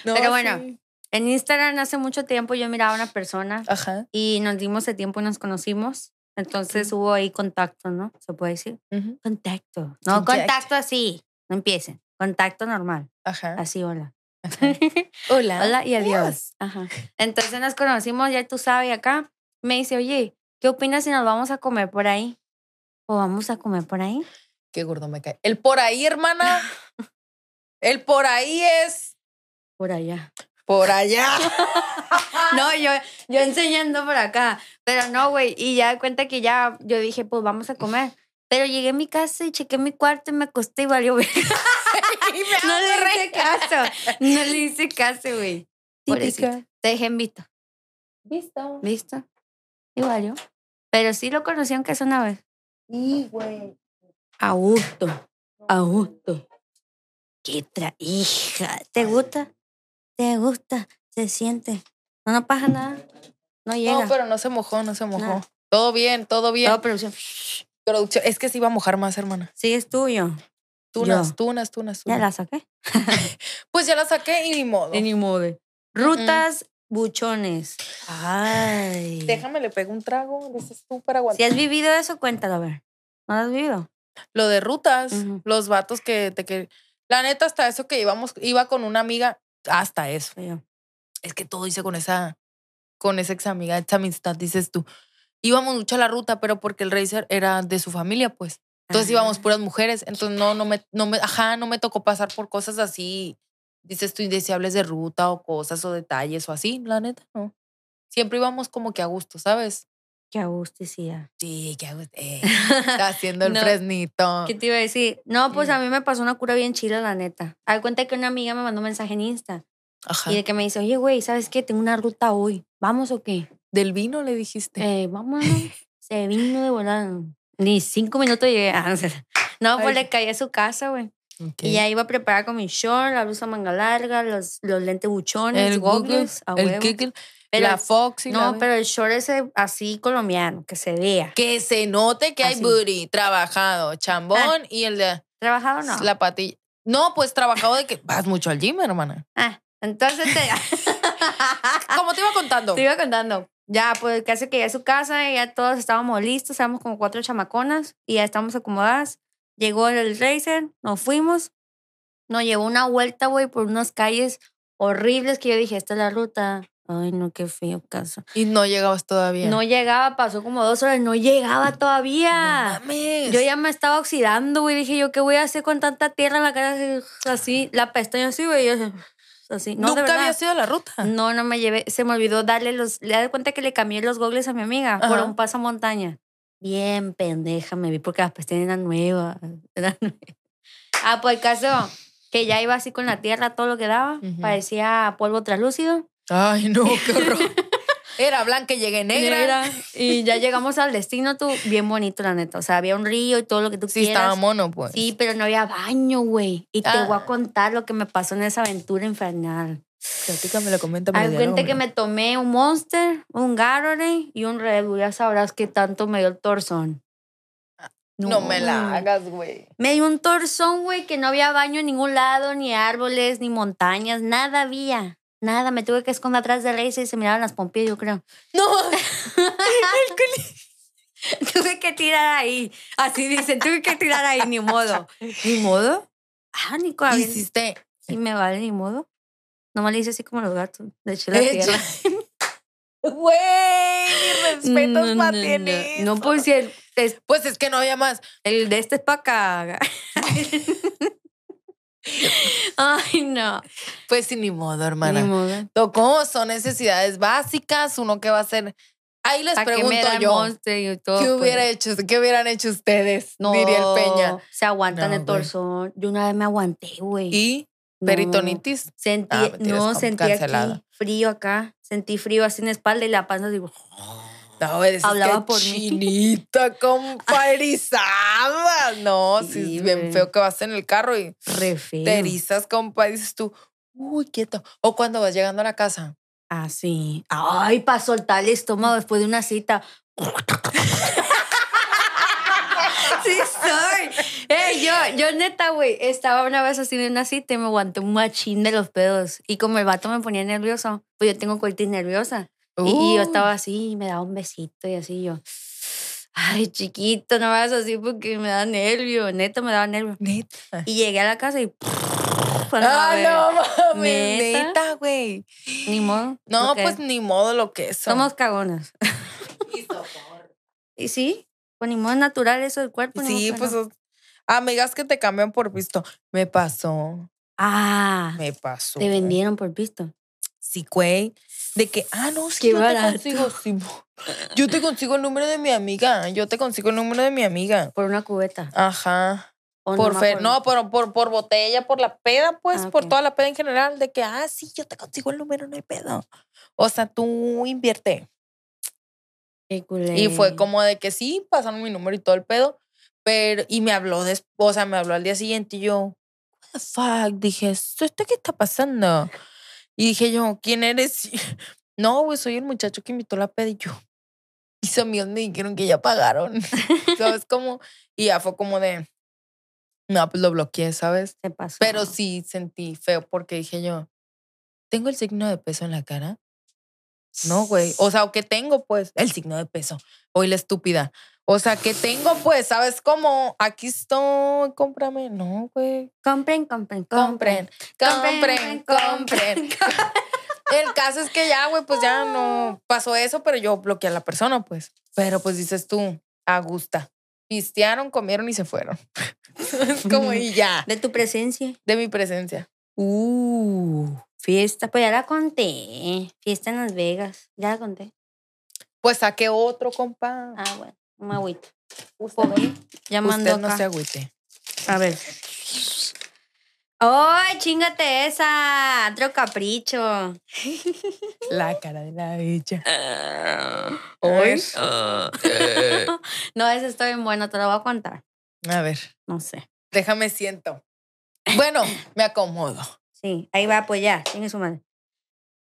[SPEAKER 2] No,
[SPEAKER 1] Pero bueno.
[SPEAKER 2] sí.
[SPEAKER 1] en Instagram hace mucho tiempo yo miraba a una persona
[SPEAKER 2] Ajá.
[SPEAKER 1] y nos dimos el tiempo y nos conocimos. Entonces hubo ahí contacto, ¿no? ¿Se puede decir?
[SPEAKER 2] Ujú.
[SPEAKER 1] Contacto. No,
[SPEAKER 2] Contacto.
[SPEAKER 1] contacto así. No empiecen. Contacto normal.
[SPEAKER 2] Ajá.
[SPEAKER 1] Así, hola.
[SPEAKER 2] Hola.
[SPEAKER 1] Hola y adiós. Ajá. Entonces nos conocimos, ya tú sabes, acá. Me dice, oye, ¿qué opinas si nos vamos a comer por ahí? ¿O vamos a comer por ahí?
[SPEAKER 2] Qué gordo me cae. El por ahí, hermana. El por ahí es
[SPEAKER 1] Por allá.
[SPEAKER 2] por allá. Ah.
[SPEAKER 1] No, yo, yo enseñando por acá. Pero no, güey. Y ya de cuenta que ya yo dije, pues vamos a comer. Pero llegué a mi casa y chequé mi cuarto y me acosté y valió verga.
[SPEAKER 2] Y me
[SPEAKER 1] No le
[SPEAKER 2] hace reír.
[SPEAKER 1] hice caso. No le hice caso, güey. Pobrecito. Te dejé en visto.
[SPEAKER 2] Visto.
[SPEAKER 1] ¿Visto? Y valió. Pero sí lo conocí aunque es una vez.
[SPEAKER 2] Sí, güey.
[SPEAKER 1] A gusto. A gusto. Qué tra hija. ¿Te gusta? ¿Te gusta? ¿Se siente? No, no pasa nada. No llega.
[SPEAKER 2] No, pero no se mojó, no se mojó.
[SPEAKER 1] Nada.
[SPEAKER 2] Todo bien, todo bien.
[SPEAKER 1] No, pero sí,
[SPEAKER 2] Producción- Es que se iba a mojar más, hermana.
[SPEAKER 1] sí es tuyo.
[SPEAKER 2] Tunas,
[SPEAKER 1] Yo.
[SPEAKER 2] tunas, tunas,
[SPEAKER 1] Ya
[SPEAKER 2] tunas.
[SPEAKER 1] la saqué.
[SPEAKER 2] Pues ya la saqué y ni modo.
[SPEAKER 1] ni modo. Rutas buchones. Ay.
[SPEAKER 2] Déjame, le pego un trago. Ese es tú para aguantar.
[SPEAKER 1] Si has vivido eso, cuéntalo, a ver. ¿No lo has vivido?
[SPEAKER 2] Lo de rutas,
[SPEAKER 1] Ujú.
[SPEAKER 2] los vatos que te que La neta, hasta eso que íbamos, iba con una amiga, hasta eso.
[SPEAKER 1] Soy yo.
[SPEAKER 2] Es que todo hice con esa, con esa ex amiga, esa amistad, dices tú. Íbamos mucho a la ruta, pero porque el racer era de su familia, pues. Entonces
[SPEAKER 1] Ajá.
[SPEAKER 2] íbamos puras mujeres. Entonces no, no me, no me, ajá, no me tocó pasar por cosas así, dices tú, indeseables de ruta o cosas o detalles o así. La neta, no. Siempre íbamos como que a gusto, ¿sabes?
[SPEAKER 1] Qué a gusto, sí, ya.
[SPEAKER 2] Sí, que a gusto. eh, está haciendo el
[SPEAKER 1] No.
[SPEAKER 2] fresnito.
[SPEAKER 1] ¿Qué te iba a decir? No, pues
[SPEAKER 2] Mm.
[SPEAKER 1] a mí me pasó una cura bien chila, la neta. Hay cuenta que una amiga me mandó un mensaje en Insta
[SPEAKER 2] Ajá.
[SPEAKER 1] y de que me dice, oye, güey, ¿sabes qué? Tengo una ruta hoy. ¿Vamos o qué?
[SPEAKER 2] Del vino le dijiste.
[SPEAKER 1] Eh, vamos, ¿no? Se vino de volada. Ni cinco minutos llegué. Ah, no, sé. No, pues
[SPEAKER 2] Ay.
[SPEAKER 1] le caí a su casa, güey.
[SPEAKER 2] Ok.
[SPEAKER 1] Y ya iba preparada con mi short, la blusa manga larga, los, los lentes buchones,
[SPEAKER 2] el Google,
[SPEAKER 1] goggles, a
[SPEAKER 2] el
[SPEAKER 1] huevo.
[SPEAKER 2] Google,
[SPEAKER 1] Pero
[SPEAKER 2] la
[SPEAKER 1] el-
[SPEAKER 2] Fox y
[SPEAKER 1] no,
[SPEAKER 2] la-
[SPEAKER 1] pero el short ese así colombiano, que se vea.
[SPEAKER 2] que se note que hay
[SPEAKER 1] Así.
[SPEAKER 2] booty, trabajado, chambón
[SPEAKER 1] Ah.
[SPEAKER 2] y el de
[SPEAKER 1] ¿Trabajado o no?
[SPEAKER 2] la patilla. No, pues trabajado de que vas mucho al gym, hermana.
[SPEAKER 1] Ah, entonces te...
[SPEAKER 2] Como te iba contando.
[SPEAKER 1] Ah, Te iba contando. Ya, pues casi que llegué a su casa, y ya todos estábamos listos, éramos como cuatro chamaconas y ya estábamos acomodadas. Llegó el racer, nos fuimos. Nos llevó una vuelta, güey, por unas calles horribles que yo dije, esta es la ruta. Ay, no, qué feo casa.
[SPEAKER 2] Y no llegabas todavía.
[SPEAKER 1] No llegaba, pasó como dos horas, no llegaba
[SPEAKER 2] No
[SPEAKER 1] todavía.
[SPEAKER 2] mames.
[SPEAKER 1] yo ya me estaba oxidando, güey. Dije, ¿yo qué voy a hacer con tanta tierra en la cara así? así, la pestaña así, güey. yo así, Así. No, de
[SPEAKER 2] Nunca
[SPEAKER 1] verdad.
[SPEAKER 2] había sido a la ruta.
[SPEAKER 1] No, no me llevé. Se me olvidó darle los. Le da cuenta que le cambié los gogles a mi amiga por
[SPEAKER 2] Ajá.
[SPEAKER 1] un pasamontaña. Bien pendeja me vi porque ah, pues las pestañas eran nuevas. eran nuevas. Ah, pues el caso que ya iba así con la tierra, todo lo que daba.
[SPEAKER 2] Ujú.
[SPEAKER 1] Parecía polvo translúcido.
[SPEAKER 2] Ay, no, qué horror. Era blanca y llegué negra.
[SPEAKER 1] Negra. Y ya llegamos al destino, tú. Bien bonito, la neta. O sea, había un río y todo lo que tú
[SPEAKER 2] Sí,
[SPEAKER 1] quieras.
[SPEAKER 2] estaba mono, pues.
[SPEAKER 1] Sí, pero no había baño, güey. Y te
[SPEAKER 2] Ah.
[SPEAKER 1] voy a contar lo que me pasó en esa aventura infernal.
[SPEAKER 2] Platícame, lo comenta.
[SPEAKER 1] Hay gente que me tomé un Monster, un Gatorade y un Red Bull. Ya sabrás qué tanto me dio el torzón.
[SPEAKER 2] No me la hagas, güey.
[SPEAKER 1] Me dio un torzón, güey, que no había baño en ningún lado, ni árboles, ni montañas, nada había. Nada, me tuve que esconder atrás de Reisa y se miraban las pompillas, yo creo.
[SPEAKER 2] No,
[SPEAKER 1] tuve que tirar ahí. Así dicen, tuve que tirar ahí, ni modo. ¿Ni modo? Ah, ni co-
[SPEAKER 2] hiciste.
[SPEAKER 1] Sí, me vale, ni modo. Nomás le hice así como los gatos. De hecho, la
[SPEAKER 2] Echa-
[SPEAKER 1] tierra.
[SPEAKER 2] Güey, mis respetos
[SPEAKER 1] No, no,
[SPEAKER 2] pa'
[SPEAKER 1] no,
[SPEAKER 2] ti en
[SPEAKER 1] no.
[SPEAKER 2] eso.
[SPEAKER 1] No, pues si el- es-
[SPEAKER 2] Pues es que no había más.
[SPEAKER 1] El de este es para acá. Ay, no.
[SPEAKER 2] Pues sí, ni modo,
[SPEAKER 1] Ni
[SPEAKER 2] hermana.
[SPEAKER 1] modo.
[SPEAKER 2] Tocó, son necesidades básicas, uno que va a hacer. Ahí les
[SPEAKER 1] ¿Pa' qué me
[SPEAKER 2] pregunto
[SPEAKER 1] dan
[SPEAKER 2] yo,
[SPEAKER 1] Monster y todo,
[SPEAKER 2] ¿qué
[SPEAKER 1] pues?
[SPEAKER 2] hubiera hecho? ¿Qué hubieran hecho ustedes? Diría el Peña.
[SPEAKER 1] Se aguantan
[SPEAKER 2] No,
[SPEAKER 1] el
[SPEAKER 2] güey.
[SPEAKER 1] torzón. Yo una vez me aguanté, güey.
[SPEAKER 2] Y
[SPEAKER 1] No.
[SPEAKER 2] peritonitis.
[SPEAKER 1] Sentí,
[SPEAKER 2] Ah, mentiras,
[SPEAKER 1] no,
[SPEAKER 2] con-
[SPEAKER 1] sentí
[SPEAKER 2] cancelada.
[SPEAKER 1] aquí frío acá. Sentí frío así en la espalda y la panza. Digo,
[SPEAKER 2] No, eres
[SPEAKER 1] Hablaba
[SPEAKER 2] que
[SPEAKER 1] por mí.
[SPEAKER 2] chinita, compa, erizada. No, sí,
[SPEAKER 1] Sí,
[SPEAKER 2] es bien
[SPEAKER 1] güey.
[SPEAKER 2] feo que vas en el carro y
[SPEAKER 1] re feo.
[SPEAKER 2] te erizas, compa, y dices tú, uy, quieto. O cuando vas llegando a la casa.
[SPEAKER 1] Así. Ay, para soltar el
[SPEAKER 2] Mm.
[SPEAKER 1] estómago después de una cita. sí, soy. Eh, yo, yo neta, güey, estaba una vez así en una cita y me aguanté un machín de los pedos. Y como el vato me ponía nervioso, pues yo tengo colitis nerviosa. Y- Y, yo
[SPEAKER 2] Uy.
[SPEAKER 1] estaba así y me daba un besito y así yo. Ay, chiquito, no me hagas así porque me da nervio. Neta, me daba nervio.
[SPEAKER 2] Neta.
[SPEAKER 1] Y llegué a la casa y.
[SPEAKER 2] Ah, no, mames,
[SPEAKER 1] ¿Neta?
[SPEAKER 2] neta, güey.
[SPEAKER 1] Ni modo.
[SPEAKER 2] No,
[SPEAKER 1] Ok.
[SPEAKER 2] pues ni modo lo que es.
[SPEAKER 1] Somos cagonas. ¿Y sí? Con limón natural eso del cuerpo. ni
[SPEAKER 2] Sí,
[SPEAKER 1] modo que
[SPEAKER 2] pues.
[SPEAKER 1] no.
[SPEAKER 2] o- Amigas que te cambian por pisto. Me pasó,
[SPEAKER 1] Ah,
[SPEAKER 2] me pasó.
[SPEAKER 1] te vendieron por pisto.
[SPEAKER 2] Sí, güey. De que, ah, no, sí,
[SPEAKER 1] Qué
[SPEAKER 2] yo
[SPEAKER 1] barato.
[SPEAKER 2] te consigo. sí, mo- yo te consigo el número de mi amiga. Yo te consigo el número de mi amiga.
[SPEAKER 1] Por una cubeta.
[SPEAKER 2] Ajá.
[SPEAKER 1] O
[SPEAKER 2] por
[SPEAKER 1] nomás
[SPEAKER 2] fe- no, por, por, por botella, por la peda, pues,
[SPEAKER 1] Ah,
[SPEAKER 2] por
[SPEAKER 1] ok.
[SPEAKER 2] toda la peda en general. De que, ah, sí, yo te consigo el número, no hay pedo. O sea, tú invierte.
[SPEAKER 1] Qué culé.
[SPEAKER 2] Y fue como de que sí, pasaron mi número y todo el pedo. Pero, y me habló después, o sea, me habló al día siguiente y yo, what the fuck, dije, ¿esto esto qué está pasando? Y dije yo, ¿quién eres? Y, no, güey, soy el muchacho que invitó la peda y yo. Y sus amigos me dijeron que ya pagaron. ¿Sabes cómo? Y ya fue como de, no, pues lo bloqueé, ¿sabes?
[SPEAKER 1] Se pasó.
[SPEAKER 2] Pero sí sentí feo porque dije yo, ¿tengo el signo de peso en la cara? No, güey. O sea, ¿qué tengo, pues? El signo de peso. Hoy la estúpida. O sea, ¿qué tengo, pues? ¿Sabes cómo? Aquí estoy, cómprame. No, güey.
[SPEAKER 1] Compren, compren, compren.
[SPEAKER 2] Compren, compren, compren. El caso es que ya, güey, pues ya no pasó eso, pero yo bloqueé a la persona, pues. Pero pues dices tú, a gusta. Pistearon, comieron y se fueron. es como y ya,
[SPEAKER 1] De tu presencia.
[SPEAKER 2] de mi presencia.
[SPEAKER 1] Uh, fiesta. Pues ya la conté. Fiesta en Las Vegas. Ya la conté.
[SPEAKER 2] Pues saqué otro, compa.
[SPEAKER 1] Ah, bueno. Una agüita.
[SPEAKER 2] Usted no-
[SPEAKER 1] Ya mandó
[SPEAKER 2] usted no
[SPEAKER 1] acá.
[SPEAKER 2] se agüite.
[SPEAKER 1] A ver. ¡Ay, chingate esa! Otro capricho.
[SPEAKER 2] La cara de la bella.
[SPEAKER 1] Ah, Ay.
[SPEAKER 2] Hoy.
[SPEAKER 1] No, ese está bien bueno, te lo voy a contar.
[SPEAKER 2] A ver,
[SPEAKER 1] No sé.
[SPEAKER 2] déjame siento. Bueno, me acomodo.
[SPEAKER 1] Sí, ahí va, pues ya, tiene su madre.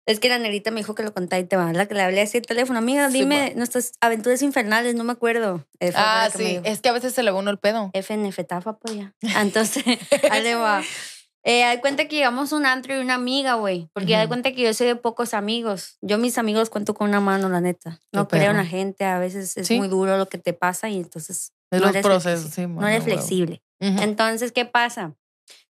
[SPEAKER 1] Es que la negrita me dijo que lo contara y te va. La que le hablé así el teléfono. Amiga,
[SPEAKER 2] Sí,
[SPEAKER 1] dime
[SPEAKER 2] ma.
[SPEAKER 1] nuestras aventuras infernales, no me acuerdo. Eh, fue
[SPEAKER 2] Ah,
[SPEAKER 1] la que me
[SPEAKER 2] sí.
[SPEAKER 1] dijo.
[SPEAKER 2] Es que a veces se le va uno el pedo.
[SPEAKER 1] FNF Tafa, pues ya. Entonces, ahí le va. Eh, hay cuenta que llegamos a un antro y una amiga, güey. Porque hay
[SPEAKER 2] Ujú.
[SPEAKER 1] cuenta que yo soy de pocos amigos. Yo mis amigos cuento con una mano, la neta. No
[SPEAKER 2] Qué
[SPEAKER 1] creo en
[SPEAKER 2] perro.
[SPEAKER 1] la gente. A veces es
[SPEAKER 2] Sí.
[SPEAKER 1] muy duro lo que te pasa y entonces
[SPEAKER 2] Es
[SPEAKER 1] No
[SPEAKER 2] los
[SPEAKER 1] eres
[SPEAKER 2] procesos, sí,
[SPEAKER 1] no
[SPEAKER 2] mano,
[SPEAKER 1] eres
[SPEAKER 2] huevo.
[SPEAKER 1] flexible.
[SPEAKER 2] Ujú.
[SPEAKER 1] Entonces, ¿qué pasa?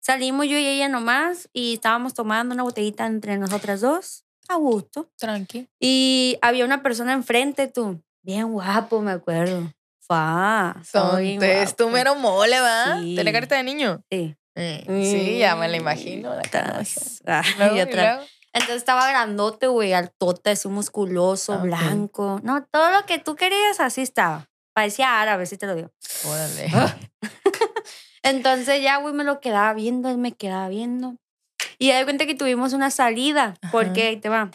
[SPEAKER 1] Salimos yo y ella nomás y estábamos tomando una botellita entre nosotras dos, a gusto.
[SPEAKER 2] Tranqui.
[SPEAKER 1] Y había una persona enfrente, tú. Bien guapo, me acuerdo. Fua, estaba bien
[SPEAKER 2] Entonces, tú
[SPEAKER 1] guapo.
[SPEAKER 2] este mero mole, ¿va?
[SPEAKER 1] Sí.
[SPEAKER 2] ¿Tiene carita de niño?
[SPEAKER 1] Sí.
[SPEAKER 2] Eh, Sí, ya me la imagino. La cara.
[SPEAKER 1] Tas. Ah, y
[SPEAKER 2] Luego, y
[SPEAKER 1] otra.
[SPEAKER 2] luego.
[SPEAKER 1] Entonces estaba grandote, güey, altote, es un musculoso,
[SPEAKER 2] Ah, ok.
[SPEAKER 1] blanco. No, todo lo que tú querías, así estaba. Parecía árabe, si te lo digo.
[SPEAKER 2] Órale.
[SPEAKER 1] Entonces ya, güey, me lo quedaba viendo, él me quedaba viendo. Y ya de cuenta que tuvimos una salida, porque ahí te va.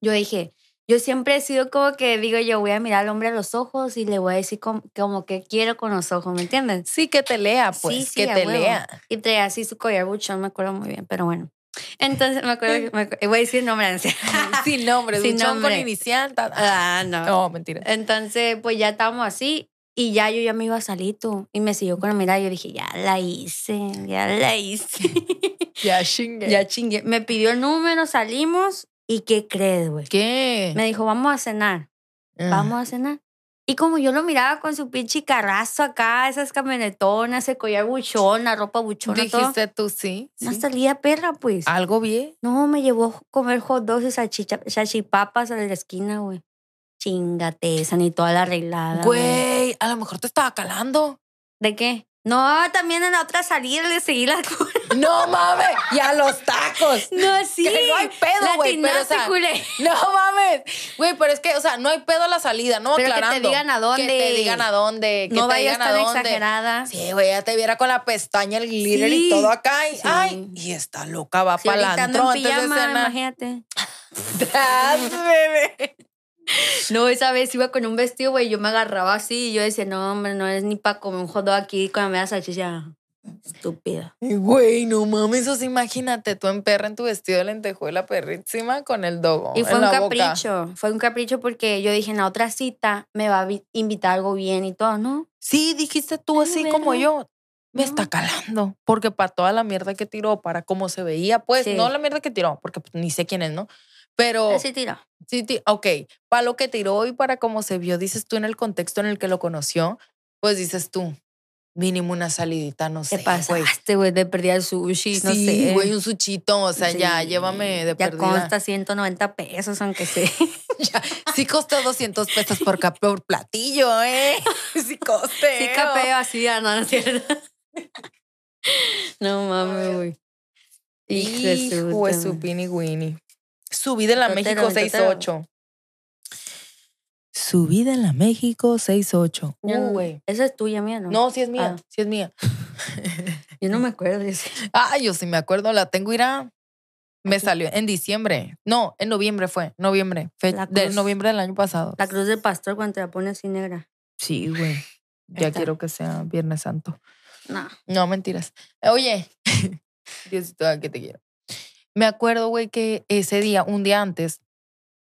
[SPEAKER 1] Yo dije, yo siempre he sido como que digo, yo voy a mirar al hombre a los ojos y le voy a decir como, como que quiero con los ojos, ¿me entiendes?
[SPEAKER 2] Sí, que te lea,
[SPEAKER 1] Sí,
[SPEAKER 2] pues.
[SPEAKER 1] sí,
[SPEAKER 2] que
[SPEAKER 1] a
[SPEAKER 2] te
[SPEAKER 1] huevo.
[SPEAKER 2] lea.
[SPEAKER 1] Y traía así su collar buchón, me acuerdo muy bien, pero bueno. Entonces me acuerdo que me acu- voy a decir nombre. así.
[SPEAKER 2] Sin nombre,
[SPEAKER 1] Sin
[SPEAKER 2] Sin con
[SPEAKER 1] nombre.
[SPEAKER 2] inicial. ta- ah,
[SPEAKER 1] ah, no.
[SPEAKER 2] No, mentira.
[SPEAKER 1] Entonces, pues ya estábamos así y ya yo ya me iba a salir tú. Y me siguió con la mirada. Yo dije, ya la hice, ya la hice.
[SPEAKER 2] Ya chingue.
[SPEAKER 1] ya chingué. Me pidió el número, salimos. ¿Y qué crees, güey?
[SPEAKER 2] ¿Qué?
[SPEAKER 1] Me dijo, vamos a cenar,
[SPEAKER 2] Ah.
[SPEAKER 1] vamos a cenar. Y como yo lo miraba con su pinche carrazo acá, esas camionetonas, ese collar buchón, la ropa buchona, todo.
[SPEAKER 2] Dijiste tú sí.
[SPEAKER 1] No
[SPEAKER 2] sí. Ah.
[SPEAKER 1] salía perra, pues.
[SPEAKER 2] Algo bien.
[SPEAKER 1] No, me llevó a comer hot dogs y salchicha- salchipapas a la esquina, güey. Chingate, esa ni toda la arreglada. güey.
[SPEAKER 2] Güey, a lo mejor te estaba calando.
[SPEAKER 1] ¿De qué? No, también en la otra salida le seguí la cura.
[SPEAKER 2] No mames. Y a los tacos.
[SPEAKER 1] No, sí.
[SPEAKER 2] Que no hay pedo, güey.
[SPEAKER 1] Latinaste,
[SPEAKER 2] Pero, o sea,
[SPEAKER 1] culé.
[SPEAKER 2] no mames. Güey, pero es que, o sea, no hay pedo a la salida, no
[SPEAKER 1] Pero que te
[SPEAKER 2] aclarando.
[SPEAKER 1] digan a dónde.
[SPEAKER 2] Que te digan a dónde. Que
[SPEAKER 1] No
[SPEAKER 2] te
[SPEAKER 1] vayas
[SPEAKER 2] digan a
[SPEAKER 1] tan
[SPEAKER 2] dónde.
[SPEAKER 1] exagerada.
[SPEAKER 2] Sí, güey, ya te viera con la pestaña, el glitter
[SPEAKER 1] Sí.
[SPEAKER 2] y todo acá. Y,
[SPEAKER 1] Sí.
[SPEAKER 2] Ay, y esta loca va
[SPEAKER 1] Sí,
[SPEAKER 2] para
[SPEAKER 1] ahorita ando
[SPEAKER 2] antro
[SPEAKER 1] en
[SPEAKER 2] antes de
[SPEAKER 1] pijama,
[SPEAKER 2] cenar.
[SPEAKER 1] imagínate.
[SPEAKER 2] Tras, bebé.
[SPEAKER 1] No, esa vez iba con un vestido, güey, yo me agarraba así y yo decía, no, hombre, no es ni para comer un hot dog aquí con la media salchicha. Estúpida.
[SPEAKER 2] Güey, no mames, o sea, imagínate tú en perra en tu vestido de lentejuela perrísima con el dogo.
[SPEAKER 1] Y fue
[SPEAKER 2] en
[SPEAKER 1] un
[SPEAKER 2] la boca.
[SPEAKER 1] capricho, fue un capricho porque yo dije, en la otra cita me va a vi- invitar algo bien y todo, ¿no?
[SPEAKER 2] Sí, dijiste tú
[SPEAKER 1] Ay,
[SPEAKER 2] así como
[SPEAKER 1] ¿verdad?
[SPEAKER 2] yo. Me
[SPEAKER 1] No.
[SPEAKER 2] está calando. Porque para toda la mierda que tiró, para cómo se veía, pues,
[SPEAKER 1] Sí.
[SPEAKER 2] no la mierda que tiró, porque pues, ni sé quién es, ¿no? Pero,
[SPEAKER 1] Así tiró.
[SPEAKER 2] sí, ti- ok, para lo que tiró y para cómo se vio, dices tú en el contexto en el que lo conoció, pues dices tú, mínimo una salidita, no
[SPEAKER 1] Te
[SPEAKER 2] sé. güey.
[SPEAKER 1] pasaste, güey, de perdida el sushi, no
[SPEAKER 2] sí,
[SPEAKER 1] sé.
[SPEAKER 2] güey, un suchito, o sea, ya
[SPEAKER 1] Sí,
[SPEAKER 2] llévame de
[SPEAKER 1] Ya
[SPEAKER 2] perdida.
[SPEAKER 1] consta 190 pesos, aunque sea.
[SPEAKER 2] Sí costó 200 pesos por, cap- por platillo, ¿eh? Sí coste.
[SPEAKER 1] Sí, capeo así, ah, no, no es cierto. No mames, güey. Hijo de su
[SPEAKER 2] Hijo de
[SPEAKER 1] puta
[SPEAKER 2] su
[SPEAKER 1] madre.
[SPEAKER 2] pini winnie. Subí de la
[SPEAKER 1] Totero,
[SPEAKER 2] México
[SPEAKER 1] el totero.
[SPEAKER 2] 6-8. Subida en la México 6-8.
[SPEAKER 1] Yo no-
[SPEAKER 2] Uh, güey.
[SPEAKER 1] Esa es tuya, mía, ¿no?
[SPEAKER 2] No, sí es mía,
[SPEAKER 1] Ah.
[SPEAKER 2] sí es mía.
[SPEAKER 1] Yo no me acuerdo de esa.
[SPEAKER 2] Ah, yo sí me acuerdo, la tengo irá. Me salió en diciembre. No, en noviembre fue. Noviembre. fe-
[SPEAKER 1] La
[SPEAKER 2] de
[SPEAKER 1] cruz.
[SPEAKER 2] noviembre del año pasado.
[SPEAKER 1] La cruz del pastor cuando te la pone así negra.
[SPEAKER 2] Sí, güey. Ya
[SPEAKER 1] Está.
[SPEAKER 2] quiero que sea Viernes Santo.
[SPEAKER 1] No.
[SPEAKER 2] No, mentiras. Oye, Diosito, ah, que te quiero. Me acuerdo, güey, que ese día, un día antes,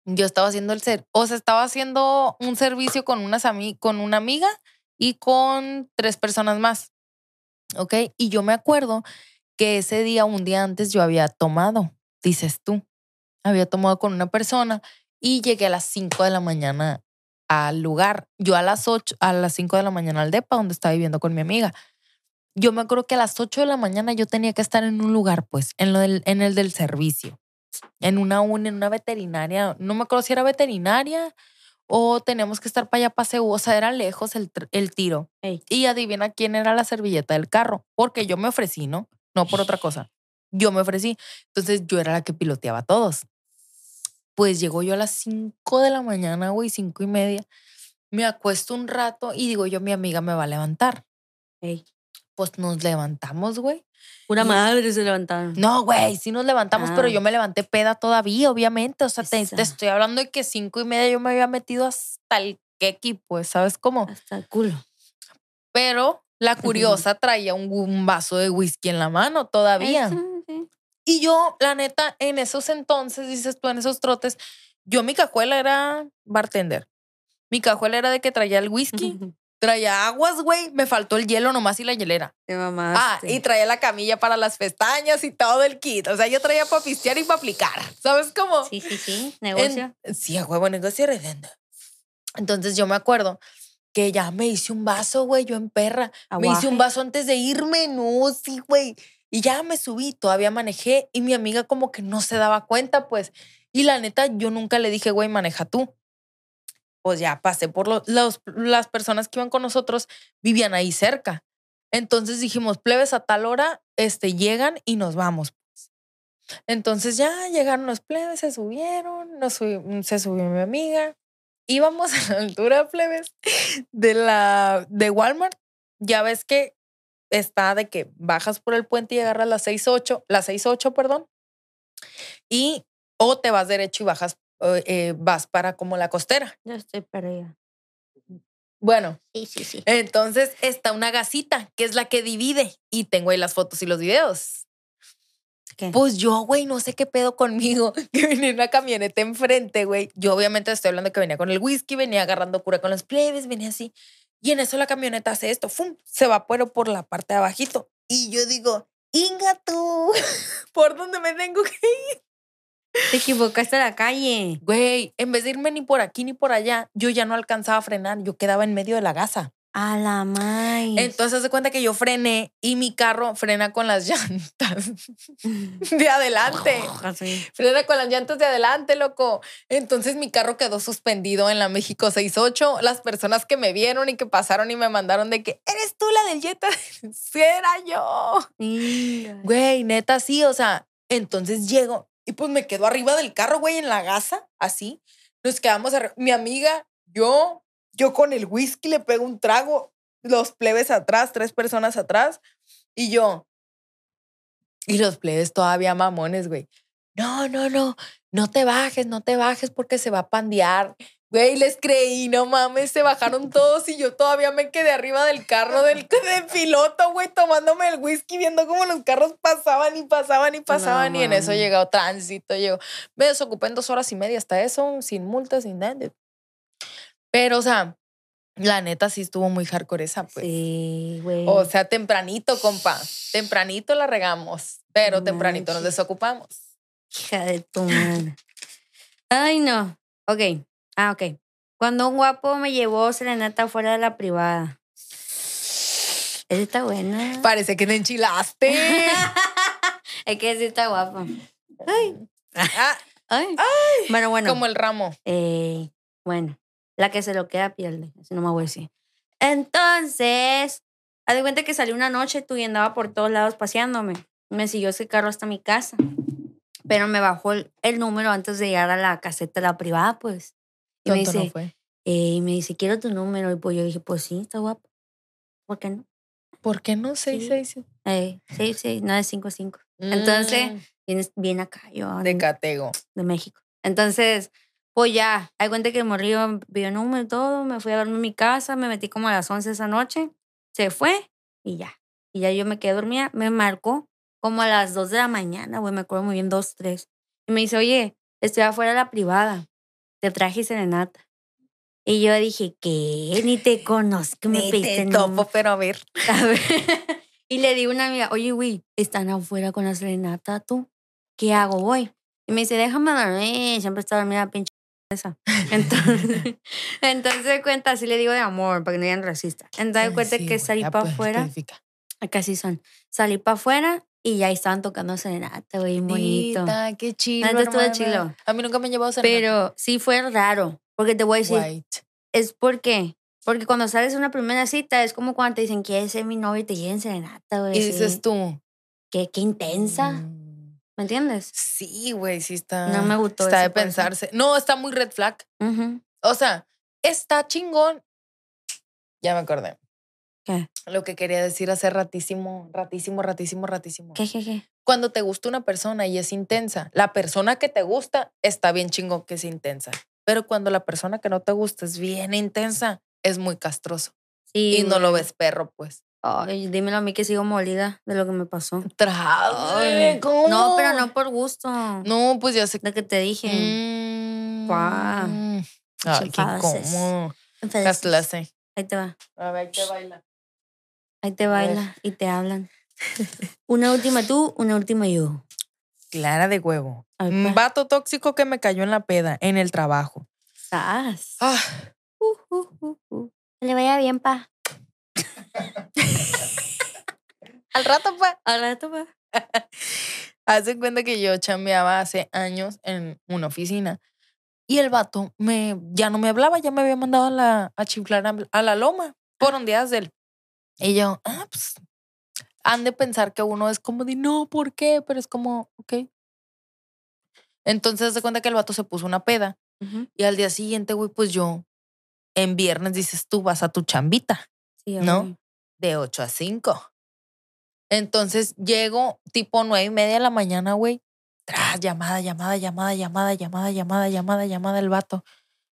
[SPEAKER 2] yo estaba haciendo el ser, o sea, estaba haciendo un servicio con unas ami- con una amiga y con tres personas más. ¿Ok? Y yo me acuerdo que ese día, un día antes, yo había tomado, dices tú, había tomado con una persona y llegué a las 5 de la mañana al lugar. Yo a las 8, a las 5 de la mañana al DEPA, donde estaba viviendo con mi amiga. Yo me acuerdo que a las 8 de la mañana yo tenía que estar en un lugar, pues, en, lo del, en el del servicio, en una UN, en una veterinaria. No me acuerdo si era veterinaria o teníamos que estar para allá para CU. O sea, era lejos el, tr- el tiro.
[SPEAKER 1] Ey.
[SPEAKER 2] Y adivina quién era la servilleta del carro, porque yo me ofrecí, ¿no? No por otra cosa. Yo me ofrecí. Entonces yo era la que piloteaba a todos. Pues llegó yo a las 5 de la mañana, güey, 5 y media. Me acuesto un rato y digo yo, mi amiga me va a levantar.
[SPEAKER 1] Ey.
[SPEAKER 2] Pues nos levantamos, güey.
[SPEAKER 1] Pura
[SPEAKER 2] Y-
[SPEAKER 1] madre se levantaron.
[SPEAKER 2] No, güey, sí nos levantamos,
[SPEAKER 1] Ah.
[SPEAKER 2] pero yo me levanté peda todavía, obviamente. O sea, te,
[SPEAKER 1] Esa.
[SPEAKER 2] te estoy hablando de que cinco y media yo me había metido hasta el quequi, pues, ¿sabes cómo?
[SPEAKER 1] Hasta el culo.
[SPEAKER 2] Pero la curiosa traía un, un vaso de whisky en la mano todavía.
[SPEAKER 1] Esa, sí.
[SPEAKER 2] Y yo, la neta, en esos entonces, dices tú, en esos trotes, yo mi cajuela era bartender. Mi cajuela era de que traía el whisky, traía aguas, güey. Me faltó el hielo nomás y la hielera.
[SPEAKER 1] Te
[SPEAKER 2] Ah,
[SPEAKER 1] mamaste.
[SPEAKER 2] y traía la camilla para las pestañas y todo el kit. O sea, yo traía para pistear y para aplicar. ¿Sabes cómo?
[SPEAKER 1] Sí, sí, sí.
[SPEAKER 2] En-
[SPEAKER 1] Negocio.
[SPEAKER 2] sí, a huevo, negocio redondo. Entonces yo me acuerdo que ya me hice un vaso, güey, yo en perra. Me hice
[SPEAKER 1] Aguaje.
[SPEAKER 2] un vaso antes de irme, no, sí, güey. Y ya me subí, todavía manejé y mi amiga como que no se daba cuenta, pues. Y la neta, yo nunca le dije, güey, maneja tú. Pues ya pasé por lo- los- las personas que iban con nosotros, vivían ahí cerca. Entonces dijimos, plebes a tal hora, este, llegan y nos vamos. pues". Entonces ya llegaron los plebes, se subieron, nos subi- se subió mi amiga. Íbamos a la altura, plebes, de la de Walmart. Ya ves que está de que bajas por el puente y agarras la 68, la 68, perdón. Y o te vas derecho y bajas, eh, eh, vas para como la costera.
[SPEAKER 1] Yo estoy perdida.
[SPEAKER 2] Bueno,
[SPEAKER 1] Sí, sí, sí.
[SPEAKER 2] entonces está una gasita, que es la que divide. Y tengo ahí las fotos y los videos.
[SPEAKER 1] ¿Qué?
[SPEAKER 2] Pues yo, güey, no sé qué pedo conmigo, que venía en una camioneta enfrente, güey. Yo obviamente estoy hablando que venía con el whisky, venía agarrando cura con los plebes, venía así. Y en eso la camioneta hace esto, ¡fum! Se va pero por la parte de abajito. Y yo digo, ¡Inga tú! ¿Por dónde me tengo que
[SPEAKER 1] Te equivocaste a la calle.
[SPEAKER 2] Güey, en vez de irme ni por aquí ni por allá, yo ya no alcanzaba a frenar, yo quedaba en medio de la gasa.
[SPEAKER 1] A la may.
[SPEAKER 2] Entonces se cuenta que yo frené y mi carro frena con las llantas de adelante.
[SPEAKER 1] Así.
[SPEAKER 2] Frena con las llantas de adelante, loco. Entonces mi carro quedó suspendido en la México 68. Las personas que me vieron y que pasaron y me mandaron de que eres tú la del Jetta. Sí, era yo.
[SPEAKER 1] Inga.
[SPEAKER 2] Güey, neta, sí, o sea, entonces llego y pues me quedo arriba del carro, güey, en la gasa, así. Nos quedamos, arri- mi amiga, yo, yo con el whisky le pego un trago, los plebes atrás, tres personas atrás, y yo. Y los plebes todavía mamones, güey. No, no, no, no te bajes, no te bajes porque se va a pandear. Güey, les creí, no mames, se bajaron todos y yo todavía me quedé arriba del carro del, del piloto, güey, tomándome el whisky, viendo cómo los carros pasaban y pasaban y pasaban. y en eso
[SPEAKER 1] mames.
[SPEAKER 2] llegó tránsito, llegó. Me desocupé en dos horas y media hasta eso, sin multas, sin nada. Pero, o sea, la neta sí estuvo muy hardcore esa, pues.
[SPEAKER 1] Sí, güey.
[SPEAKER 2] O sea, tempranito, compa. Tempranito la regamos, pero
[SPEAKER 1] No
[SPEAKER 2] tempranito nos
[SPEAKER 1] manches.
[SPEAKER 2] desocupamos.
[SPEAKER 1] Hija de tu madre. Ay, no. Ok. Ah, ok. Cuando un guapo me llevó serenata fuera de la privada. Esa está buena.
[SPEAKER 2] Parece que te enchilaste.
[SPEAKER 1] Hay que decir, está guapo.
[SPEAKER 2] Ah,
[SPEAKER 1] Ay. Bueno, bueno.
[SPEAKER 2] Como el ramo.
[SPEAKER 1] Eh, bueno, la que se lo queda pierde. Eso no me voy a decir. Entonces, Haz de cuenta que salí una noche tú y andaba por todos lados paseándome. Me siguió ese carro hasta mi casa. Pero me bajó el, el número antes de llegar a la caseta, la privada, pues. Y me
[SPEAKER 2] Tonto
[SPEAKER 1] dice,
[SPEAKER 2] no fue.
[SPEAKER 1] eh, y me dice, quiero tu número. Y pues yo dije, pues sí, está guapo. ¿Por qué no?
[SPEAKER 2] ¿Por qué no 666?
[SPEAKER 1] Eh, sí, sí, 955. Entonces, mm, Vienes bien acá, yo.
[SPEAKER 2] Mm, de catego.
[SPEAKER 1] de México. Entonces, pues ya, hay cuenta que morí, vio número y todo, me fui a dormir a mi casa, me metí como a las 11 esa noche, se fue y ya. Y ya yo me quedé dormida, me marcó como a las 2 de la mañana, güey, me acuerdo muy bien, 2, 3. Y me dice, oye, estoy afuera de la privada, te traje serenata. Y yo dije, ¿qué? Ni te conozco, me pediste número.
[SPEAKER 2] pero a ver.
[SPEAKER 1] A ver. Y le digo a una amiga, oye, güey, están afuera con la serenata, tú. ¿Qué hago hoy? Y me dice, déjame dormir. Siempre está dormida la pinche esa. Entonces, entonces de cuenta, así le digo de amor, para que no digan racista. Entonces de cuenta que salí para afuera, acá sí son, salí para afuera y ya estaban tocando serenata, güey, bonito.
[SPEAKER 2] Bonita, qué chilo.
[SPEAKER 1] Antes estuvo
[SPEAKER 2] hermana.
[SPEAKER 1] chilo.
[SPEAKER 2] A mí nunca me han llevado serenata.
[SPEAKER 1] Pero sí fue raro, porque te voy a decir,
[SPEAKER 2] White.
[SPEAKER 1] es porque... Porque cuando sales a una primera cita es como cuando te dicen, ¿quieres ser mi novio? Y te lleven serenata, güey.
[SPEAKER 2] Y
[SPEAKER 1] así.
[SPEAKER 2] dices tú.
[SPEAKER 1] qué, qué intensa,
[SPEAKER 2] mm,
[SPEAKER 1] ¿me entiendes?
[SPEAKER 2] Sí, güey, sí está.
[SPEAKER 1] No me gustó
[SPEAKER 2] Está de
[SPEAKER 1] ese, por ejemplo.
[SPEAKER 2] pensarse. No, está muy red flag.
[SPEAKER 1] Ujú.
[SPEAKER 2] O sea, está chingón. Ya me acordé.
[SPEAKER 1] ¿Qué?
[SPEAKER 2] Lo que quería decir hace ratísimo, ratísimo, ratísimo, ratísimo.
[SPEAKER 1] ¿Qué, qué, qué?
[SPEAKER 2] Cuando te gusta una persona y es intensa, la persona que te gusta está bien chingón que es intensa. Pero cuando la persona que no te gusta es bien intensa, es muy castroso.
[SPEAKER 1] Sí,
[SPEAKER 2] Y no
[SPEAKER 1] güey.
[SPEAKER 2] lo ves perro, pues.
[SPEAKER 1] Ay, dímelo a mí que sigo molida de lo que me pasó.
[SPEAKER 2] Trado. ¿cómo?
[SPEAKER 1] No, pero no por gusto.
[SPEAKER 2] No, pues ya sé.
[SPEAKER 1] Lo que te dije.
[SPEAKER 2] Mm.
[SPEAKER 1] Guau.
[SPEAKER 2] Ay, qué
[SPEAKER 1] Chimpaces.
[SPEAKER 2] cómo.
[SPEAKER 1] Entonces,
[SPEAKER 2] Las clase.
[SPEAKER 1] Ahí te va.
[SPEAKER 2] A ver, ¿qué baila?
[SPEAKER 1] Ahí te
[SPEAKER 2] ver.
[SPEAKER 1] baila y te hablan. Una última tú, una última yo.
[SPEAKER 3] Clara de huevo.
[SPEAKER 1] A ver,
[SPEAKER 2] Un
[SPEAKER 1] pues.
[SPEAKER 2] vato tóxico que me cayó en la peda, en el trabajo.
[SPEAKER 1] Sas.
[SPEAKER 2] Ah,
[SPEAKER 1] Uh, uh, uh, uh. Que Le vaya bien, pa.
[SPEAKER 2] al rato, pues.
[SPEAKER 1] Al rato, pa.
[SPEAKER 2] Hace cuenta que yo chambeaba hace años en una oficina y el vato me, ya no me hablaba, ya me había mandado a, la, a chiflar a, a la loma por ondeadas de él. Y yo, ah, pues, han de pensar que uno es como de, no, ¿por qué? Pero es como, ok. Entonces, hace cuenta que el vato se puso una peda y al día siguiente, güey, pues yo, en viernes dices, tú vas a tu chambita.
[SPEAKER 1] Sí,
[SPEAKER 2] No.
[SPEAKER 1] güey.
[SPEAKER 2] de 8 a 5. Entonces llego tipo 9 y media de la mañana, güey. Tras, llamada, llamada, llamada, llamada, llamada, llamada, llamada, llamada el vato.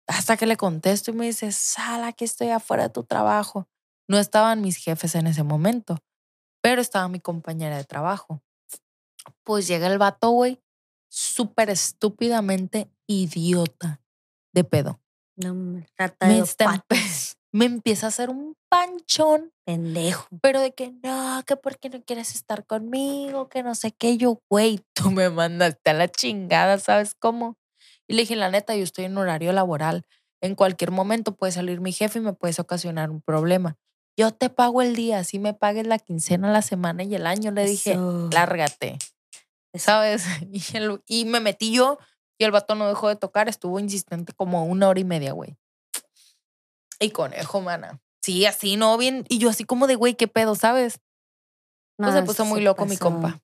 [SPEAKER 2] Hasta que le contesto y me dice, Sala, que estoy afuera de tu trabajo. No estaban mis jefes en ese momento, pero estaba mi compañera de trabajo. Pues llega el vato, güey, súper estúpidamente idiota de pedo.
[SPEAKER 1] No, hombre, rata
[SPEAKER 2] Me,
[SPEAKER 1] de
[SPEAKER 2] está-
[SPEAKER 1] patas.
[SPEAKER 2] me empieza a hacer un panchón
[SPEAKER 1] Pendejo.
[SPEAKER 2] pero de que no, que porque no quieres estar conmigo, que no sé qué. Yo, güey, tú me mandaste a la chingada, ¿sabes cómo? Y le dije, la neta, yo estoy en horario laboral. En cualquier momento puede salir mi jefe y me puedes ocasionar un problema. Yo te pago el día, así me pagues la quincena, la semana y el año. Le dije,
[SPEAKER 1] Eso.
[SPEAKER 2] lárgate, ¿sabes? Y, el- y me metí yo y el vato no dejó de tocar. Estuvo insistente como una hora y media, güey. Y conejo, mana. Sí, así, no, bien. Y yo así como de, güey, qué pedo, ¿sabes?
[SPEAKER 1] No,
[SPEAKER 2] se puso
[SPEAKER 1] sí
[SPEAKER 2] pues, muy loco mi
[SPEAKER 1] pasó.
[SPEAKER 2] compa.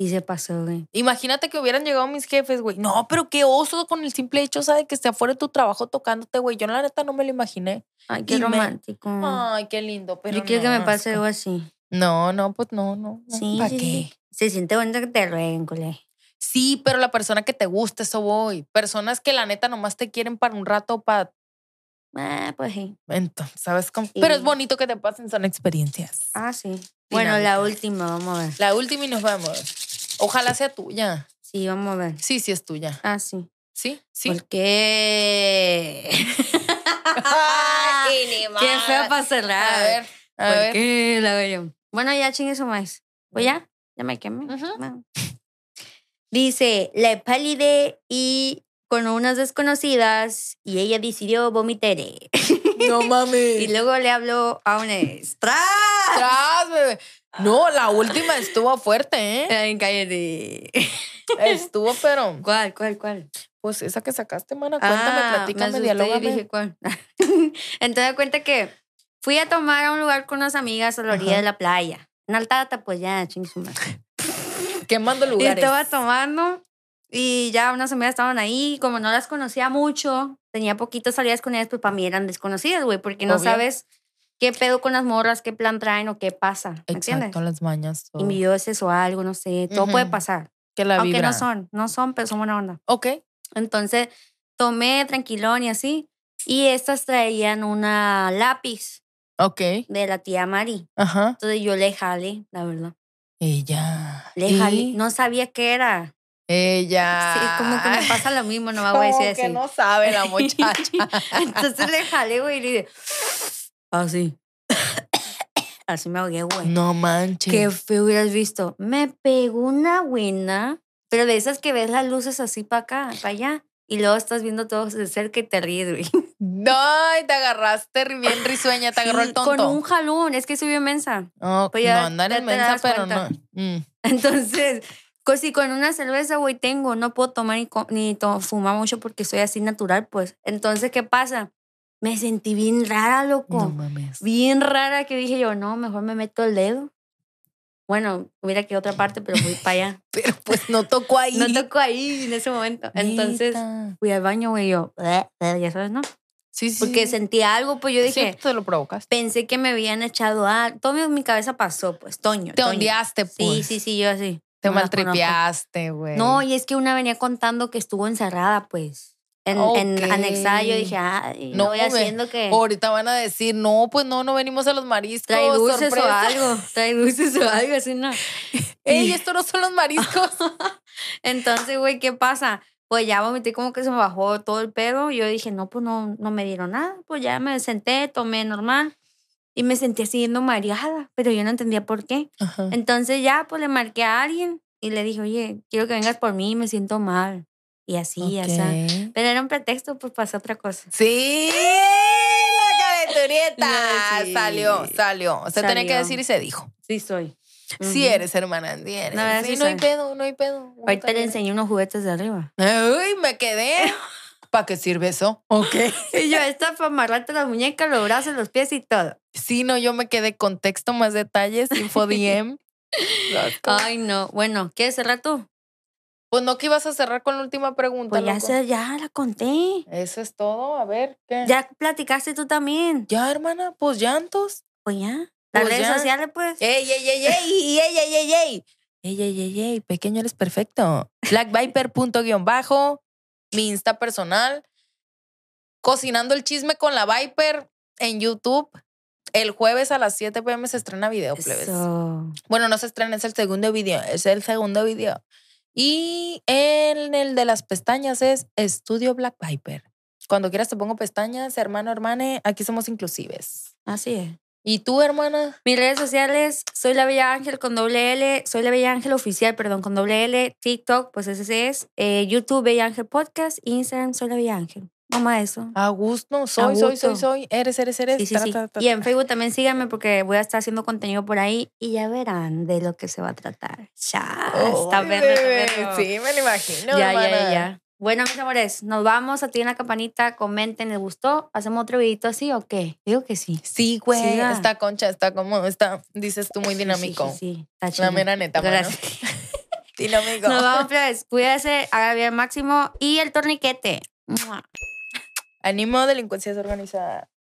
[SPEAKER 1] Y se pasó, güey.
[SPEAKER 2] Imagínate que hubieran llegado mis jefes, güey. No, pero qué oso con el simple hecho, ¿sabes? Que esté afuera de tu trabajo tocándote, güey. Yo la neta no me lo imaginé.
[SPEAKER 1] Ay, qué
[SPEAKER 2] Y me-
[SPEAKER 1] romántico.
[SPEAKER 2] Ay, qué lindo, pero
[SPEAKER 1] Mm. Yo quiero que
[SPEAKER 2] no,
[SPEAKER 1] me pase
[SPEAKER 2] asco.
[SPEAKER 1] algo así.
[SPEAKER 2] No, no, pues no, no. no.
[SPEAKER 1] Sí,
[SPEAKER 2] ¿Para
[SPEAKER 1] sí,
[SPEAKER 2] qué?
[SPEAKER 1] sí. Se siente bonito que te rueguen, culé.
[SPEAKER 2] Sí, pero la persona que te gusta, eso voy. Personas que la neta nomás te quieren para un rato, para...
[SPEAKER 1] Ah, pues sí.
[SPEAKER 2] Entonces, ¿sabes cómo?
[SPEAKER 1] Sí.
[SPEAKER 2] Pero es bonito que te pasen, son experiencias.
[SPEAKER 1] Ah, sí. Bueno, la última, vamos a ver.
[SPEAKER 2] La última y nos vamos. Ojalá sea tuya.
[SPEAKER 1] Sí, vamos a ver.
[SPEAKER 2] Sí, sí es tuya.
[SPEAKER 1] Ah, sí.
[SPEAKER 2] Sí, sí.
[SPEAKER 1] ¿Por qué?
[SPEAKER 2] Ay, ni
[SPEAKER 1] qué
[SPEAKER 2] más.
[SPEAKER 1] feo para cerrar.
[SPEAKER 2] A ver, a
[SPEAKER 1] ¿Por
[SPEAKER 2] ver.
[SPEAKER 1] qué? La veo yo. Bueno, ya chingue su maíz. Pues ya, ya me quemé.
[SPEAKER 2] Ujú.
[SPEAKER 1] Bueno. Dice, la palide y con unas desconocidas y ella decidió vomitaré.
[SPEAKER 2] No mames.
[SPEAKER 1] Y luego le habló a una extra.
[SPEAKER 2] Tras, bebé. No, la última estuvo fuerte, ¿eh?
[SPEAKER 1] Ay, cállate.
[SPEAKER 2] Estuvo, pero.
[SPEAKER 1] ¿Cuál, cuál, cuál?
[SPEAKER 2] Pues esa que sacaste, mana. Cuéntame,
[SPEAKER 1] Ah,
[SPEAKER 2] platícame,
[SPEAKER 1] me asusté y
[SPEAKER 2] dialógame.
[SPEAKER 1] dije, ¿cuál? Entonces, da cuenta que Fui a tomar a un lugar con unas amigas a la orilla de la playa. En Altata, pues ya, ching su madre.
[SPEAKER 2] Quemando
[SPEAKER 1] Y
[SPEAKER 2] lugares.
[SPEAKER 1] estaba tomando y ya unas amigas estaban ahí. Como no las conocía mucho, tenía poquitas salidas con ellas, pues para mí eran desconocidas, güey, porque no
[SPEAKER 2] Obvio.
[SPEAKER 1] sabes qué pedo con las morras, qué plan traen o qué pasa. ¿Me entiendes?
[SPEAKER 2] Exacto, las mañas. todo.
[SPEAKER 1] Envidiosos o algo, no sé. Todo
[SPEAKER 2] Ujú.
[SPEAKER 1] puede pasar.
[SPEAKER 2] que la
[SPEAKER 1] aunque no
[SPEAKER 2] vibra.
[SPEAKER 1] son, no son, pero son buena onda.
[SPEAKER 2] Ok.
[SPEAKER 1] Entonces tomé tranquilón y así. Y estas traían una lápiz
[SPEAKER 2] Ok.
[SPEAKER 1] de la tía Mari.
[SPEAKER 2] Ajá.
[SPEAKER 1] Entonces yo le jalé, la verdad.
[SPEAKER 2] Ella.
[SPEAKER 1] Le
[SPEAKER 2] Y-
[SPEAKER 1] jalé. No sabía qué era.
[SPEAKER 2] Ella.
[SPEAKER 1] Sí, como que me pasa lo mismo, no me voy a decir
[SPEAKER 2] Ah. Como
[SPEAKER 1] así.
[SPEAKER 2] que no sabe la muchacha.
[SPEAKER 1] Entonces le jalé, güey, y le dije, así. así me ahogué, güey.
[SPEAKER 2] no manches.
[SPEAKER 1] Qué feo hubieras visto. Me pegó una buena, pero de esas que ves las luces así para acá, para allá, y luego estás viendo todo de cerca y te ríes, güey.
[SPEAKER 2] Ay, te agarraste bien risueña, te agarró el
[SPEAKER 1] Sí,
[SPEAKER 2] tonto.
[SPEAKER 1] Con un jalón, es que subió mensa.
[SPEAKER 2] No,
[SPEAKER 1] Pues ya
[SPEAKER 2] no andar
[SPEAKER 1] te-
[SPEAKER 2] en
[SPEAKER 1] te
[SPEAKER 2] mensa,
[SPEAKER 1] das
[SPEAKER 2] pero
[SPEAKER 1] cuenta.
[SPEAKER 2] no. Mm.
[SPEAKER 1] Entonces, pues si con una cerveza, güey, tengo, no puedo tomar ni, co- ni to- fumar mucho porque soy así natural, pues. Entonces, ¿qué pasa? Me sentí bien rara, loco.
[SPEAKER 2] No mames.
[SPEAKER 1] bien rara que dije yo, no, mejor me meto el dedo. Bueno, mira que otra parte, pero fui para allá.
[SPEAKER 2] Pero pues no tocó ahí.
[SPEAKER 1] No tocó ahí en ese momento. Entonces
[SPEAKER 2] Neta.
[SPEAKER 1] fui al baño, güey, y yo, "Bleh, bleh", ya sabes, ¿no?
[SPEAKER 2] Sí, sí.
[SPEAKER 1] Porque
[SPEAKER 2] sí.
[SPEAKER 1] sentí algo, pues yo dije,
[SPEAKER 2] Sí, te lo provocaste.
[SPEAKER 1] pensé que me habían echado a... Todo mi- mi cabeza pasó, pues, Toño.
[SPEAKER 2] Te
[SPEAKER 1] Toño.
[SPEAKER 2] ondeaste, pues.
[SPEAKER 1] Sí, sí, sí, yo así.
[SPEAKER 2] Te
[SPEAKER 1] no las conozco.
[SPEAKER 2] maltripeaste, güey.
[SPEAKER 1] No, y es que una venía contando que estuvo encerrada, pues. En,
[SPEAKER 2] Ok.
[SPEAKER 1] en anexada, yo dije, ay, no
[SPEAKER 2] No,
[SPEAKER 1] voy
[SPEAKER 2] me-
[SPEAKER 1] haciendo que...
[SPEAKER 2] Ahorita van a decir, no, pues no, no venimos a los mariscos.
[SPEAKER 1] Trae dulces o
[SPEAKER 2] sorpresa.
[SPEAKER 1] algo, trae dulces o algo, así no.
[SPEAKER 2] Ey, esto no son los mariscos.
[SPEAKER 1] Entonces, güey, ¿qué pasa? Pues ya vomité, como que se me bajó todo el pedo. Yo dije, no, pues no, no me dieron nada. Pues ya me senté, tomé normal. Y me sentía siguiendo mareada, pero yo no entendía por qué.
[SPEAKER 2] Ajá.
[SPEAKER 1] Entonces ya, pues le marqué a alguien y le dije, oye, quiero que vengas por mí, me siento mal. Y así, o sea.
[SPEAKER 2] Ok.
[SPEAKER 1] Pero era un pretexto, pues pasó otra cosa.
[SPEAKER 2] Sí, la calenturieta.
[SPEAKER 1] No, sí.
[SPEAKER 2] Salió, salió. Se tenía que
[SPEAKER 1] Salió.
[SPEAKER 2] decir y se dijo.
[SPEAKER 1] Sí, soy.
[SPEAKER 2] Sí eres, hermana, sí eres.
[SPEAKER 1] No,
[SPEAKER 2] Sí,
[SPEAKER 1] sí
[SPEAKER 2] no hay
[SPEAKER 1] soy.
[SPEAKER 2] pedo, no hay pedo.
[SPEAKER 1] Ahorita le enseñé unos juguetes de arriba.
[SPEAKER 2] Uy, me quedé. ¿Para qué sirve eso? Ok.
[SPEAKER 1] Y yo, esta para amarrarte las muñecas, los brazos, los pies y todo.
[SPEAKER 2] Sí, no, yo me quedé contexto, más detalles, info DM. Loco.
[SPEAKER 1] Ay, no. Bueno, ¿quieres cerrar tú?
[SPEAKER 2] Pues no que ibas a cerrar con la última pregunta.
[SPEAKER 1] Pues ya,
[SPEAKER 2] loco.
[SPEAKER 1] se, ya la conté.
[SPEAKER 2] Eso es todo. A ver, ¿qué?
[SPEAKER 1] Ya platicaste tú también.
[SPEAKER 2] Ya, hermana, pues llantos.
[SPEAKER 1] Pues ya. Las
[SPEAKER 2] Pues
[SPEAKER 1] redes
[SPEAKER 2] ya.
[SPEAKER 1] sociales, pues.
[SPEAKER 2] ¡Ey, ey, ey, ey! ¡Ey, ey, ey, ey! ¡Ey, ey, ey, ey! Pequeño eres perfecto. blackviper.bajo, mi Insta personal. Cocinando el chisme con la Viper en YouTube. El jueves a las 7 pm se estrena video, plebes.
[SPEAKER 1] Eso.
[SPEAKER 2] Bueno, no se estrena, es el segundo video. Es el segundo video. Y en el de las pestañas es Estudio Black Viper. Cuando quieras te pongo pestañas, hermano, hermane. Aquí somos inclusives.
[SPEAKER 1] Así es.
[SPEAKER 2] ¿Y tú, hermana?
[SPEAKER 1] Mis redes sociales, soy la Bella Ángel con doble L, soy la Bella Ángel oficial, perdón, con doble L, TikTok, pues ese es, eh, YouTube Bella Ángel Podcast, Instagram, soy la Bella Ángel. Mamá eso.
[SPEAKER 2] A gusto. Soy, soy, soy,
[SPEAKER 1] gusto.
[SPEAKER 2] soy. Eres, eres, eres.
[SPEAKER 1] Sí, sí,
[SPEAKER 2] Ah, Ta,
[SPEAKER 1] sí.
[SPEAKER 2] ta, ta,
[SPEAKER 1] Y en
[SPEAKER 2] ta.
[SPEAKER 1] Facebook también síganme porque voy a estar haciendo contenido por ahí y ya verán de lo que se va a tratar. Ya, está
[SPEAKER 2] Ay,
[SPEAKER 1] perro, está
[SPEAKER 2] bebé.
[SPEAKER 1] perro.
[SPEAKER 2] Sí, me lo imagino,
[SPEAKER 1] ya, ya,
[SPEAKER 2] hermana.
[SPEAKER 1] ya, ya. Bueno, mis amores, nos vamos, activen la campanita, comenten, les gustó. ¿Hacemos otro videito así o qué? Digo que sí.
[SPEAKER 2] Sí, güey.
[SPEAKER 1] Sí, ya.
[SPEAKER 2] Está concha, está como, está, dices tú, muy dinámico.
[SPEAKER 1] Sí, sí, sí, está chido.
[SPEAKER 2] La mera neta, mano.
[SPEAKER 1] Gracias.
[SPEAKER 2] Dinámico.
[SPEAKER 1] Nos vamos, plebes. Cuídense, haga bien al máximo y el torniquete. ¡Mua!
[SPEAKER 2] Ánimo, delincuencias organizadas.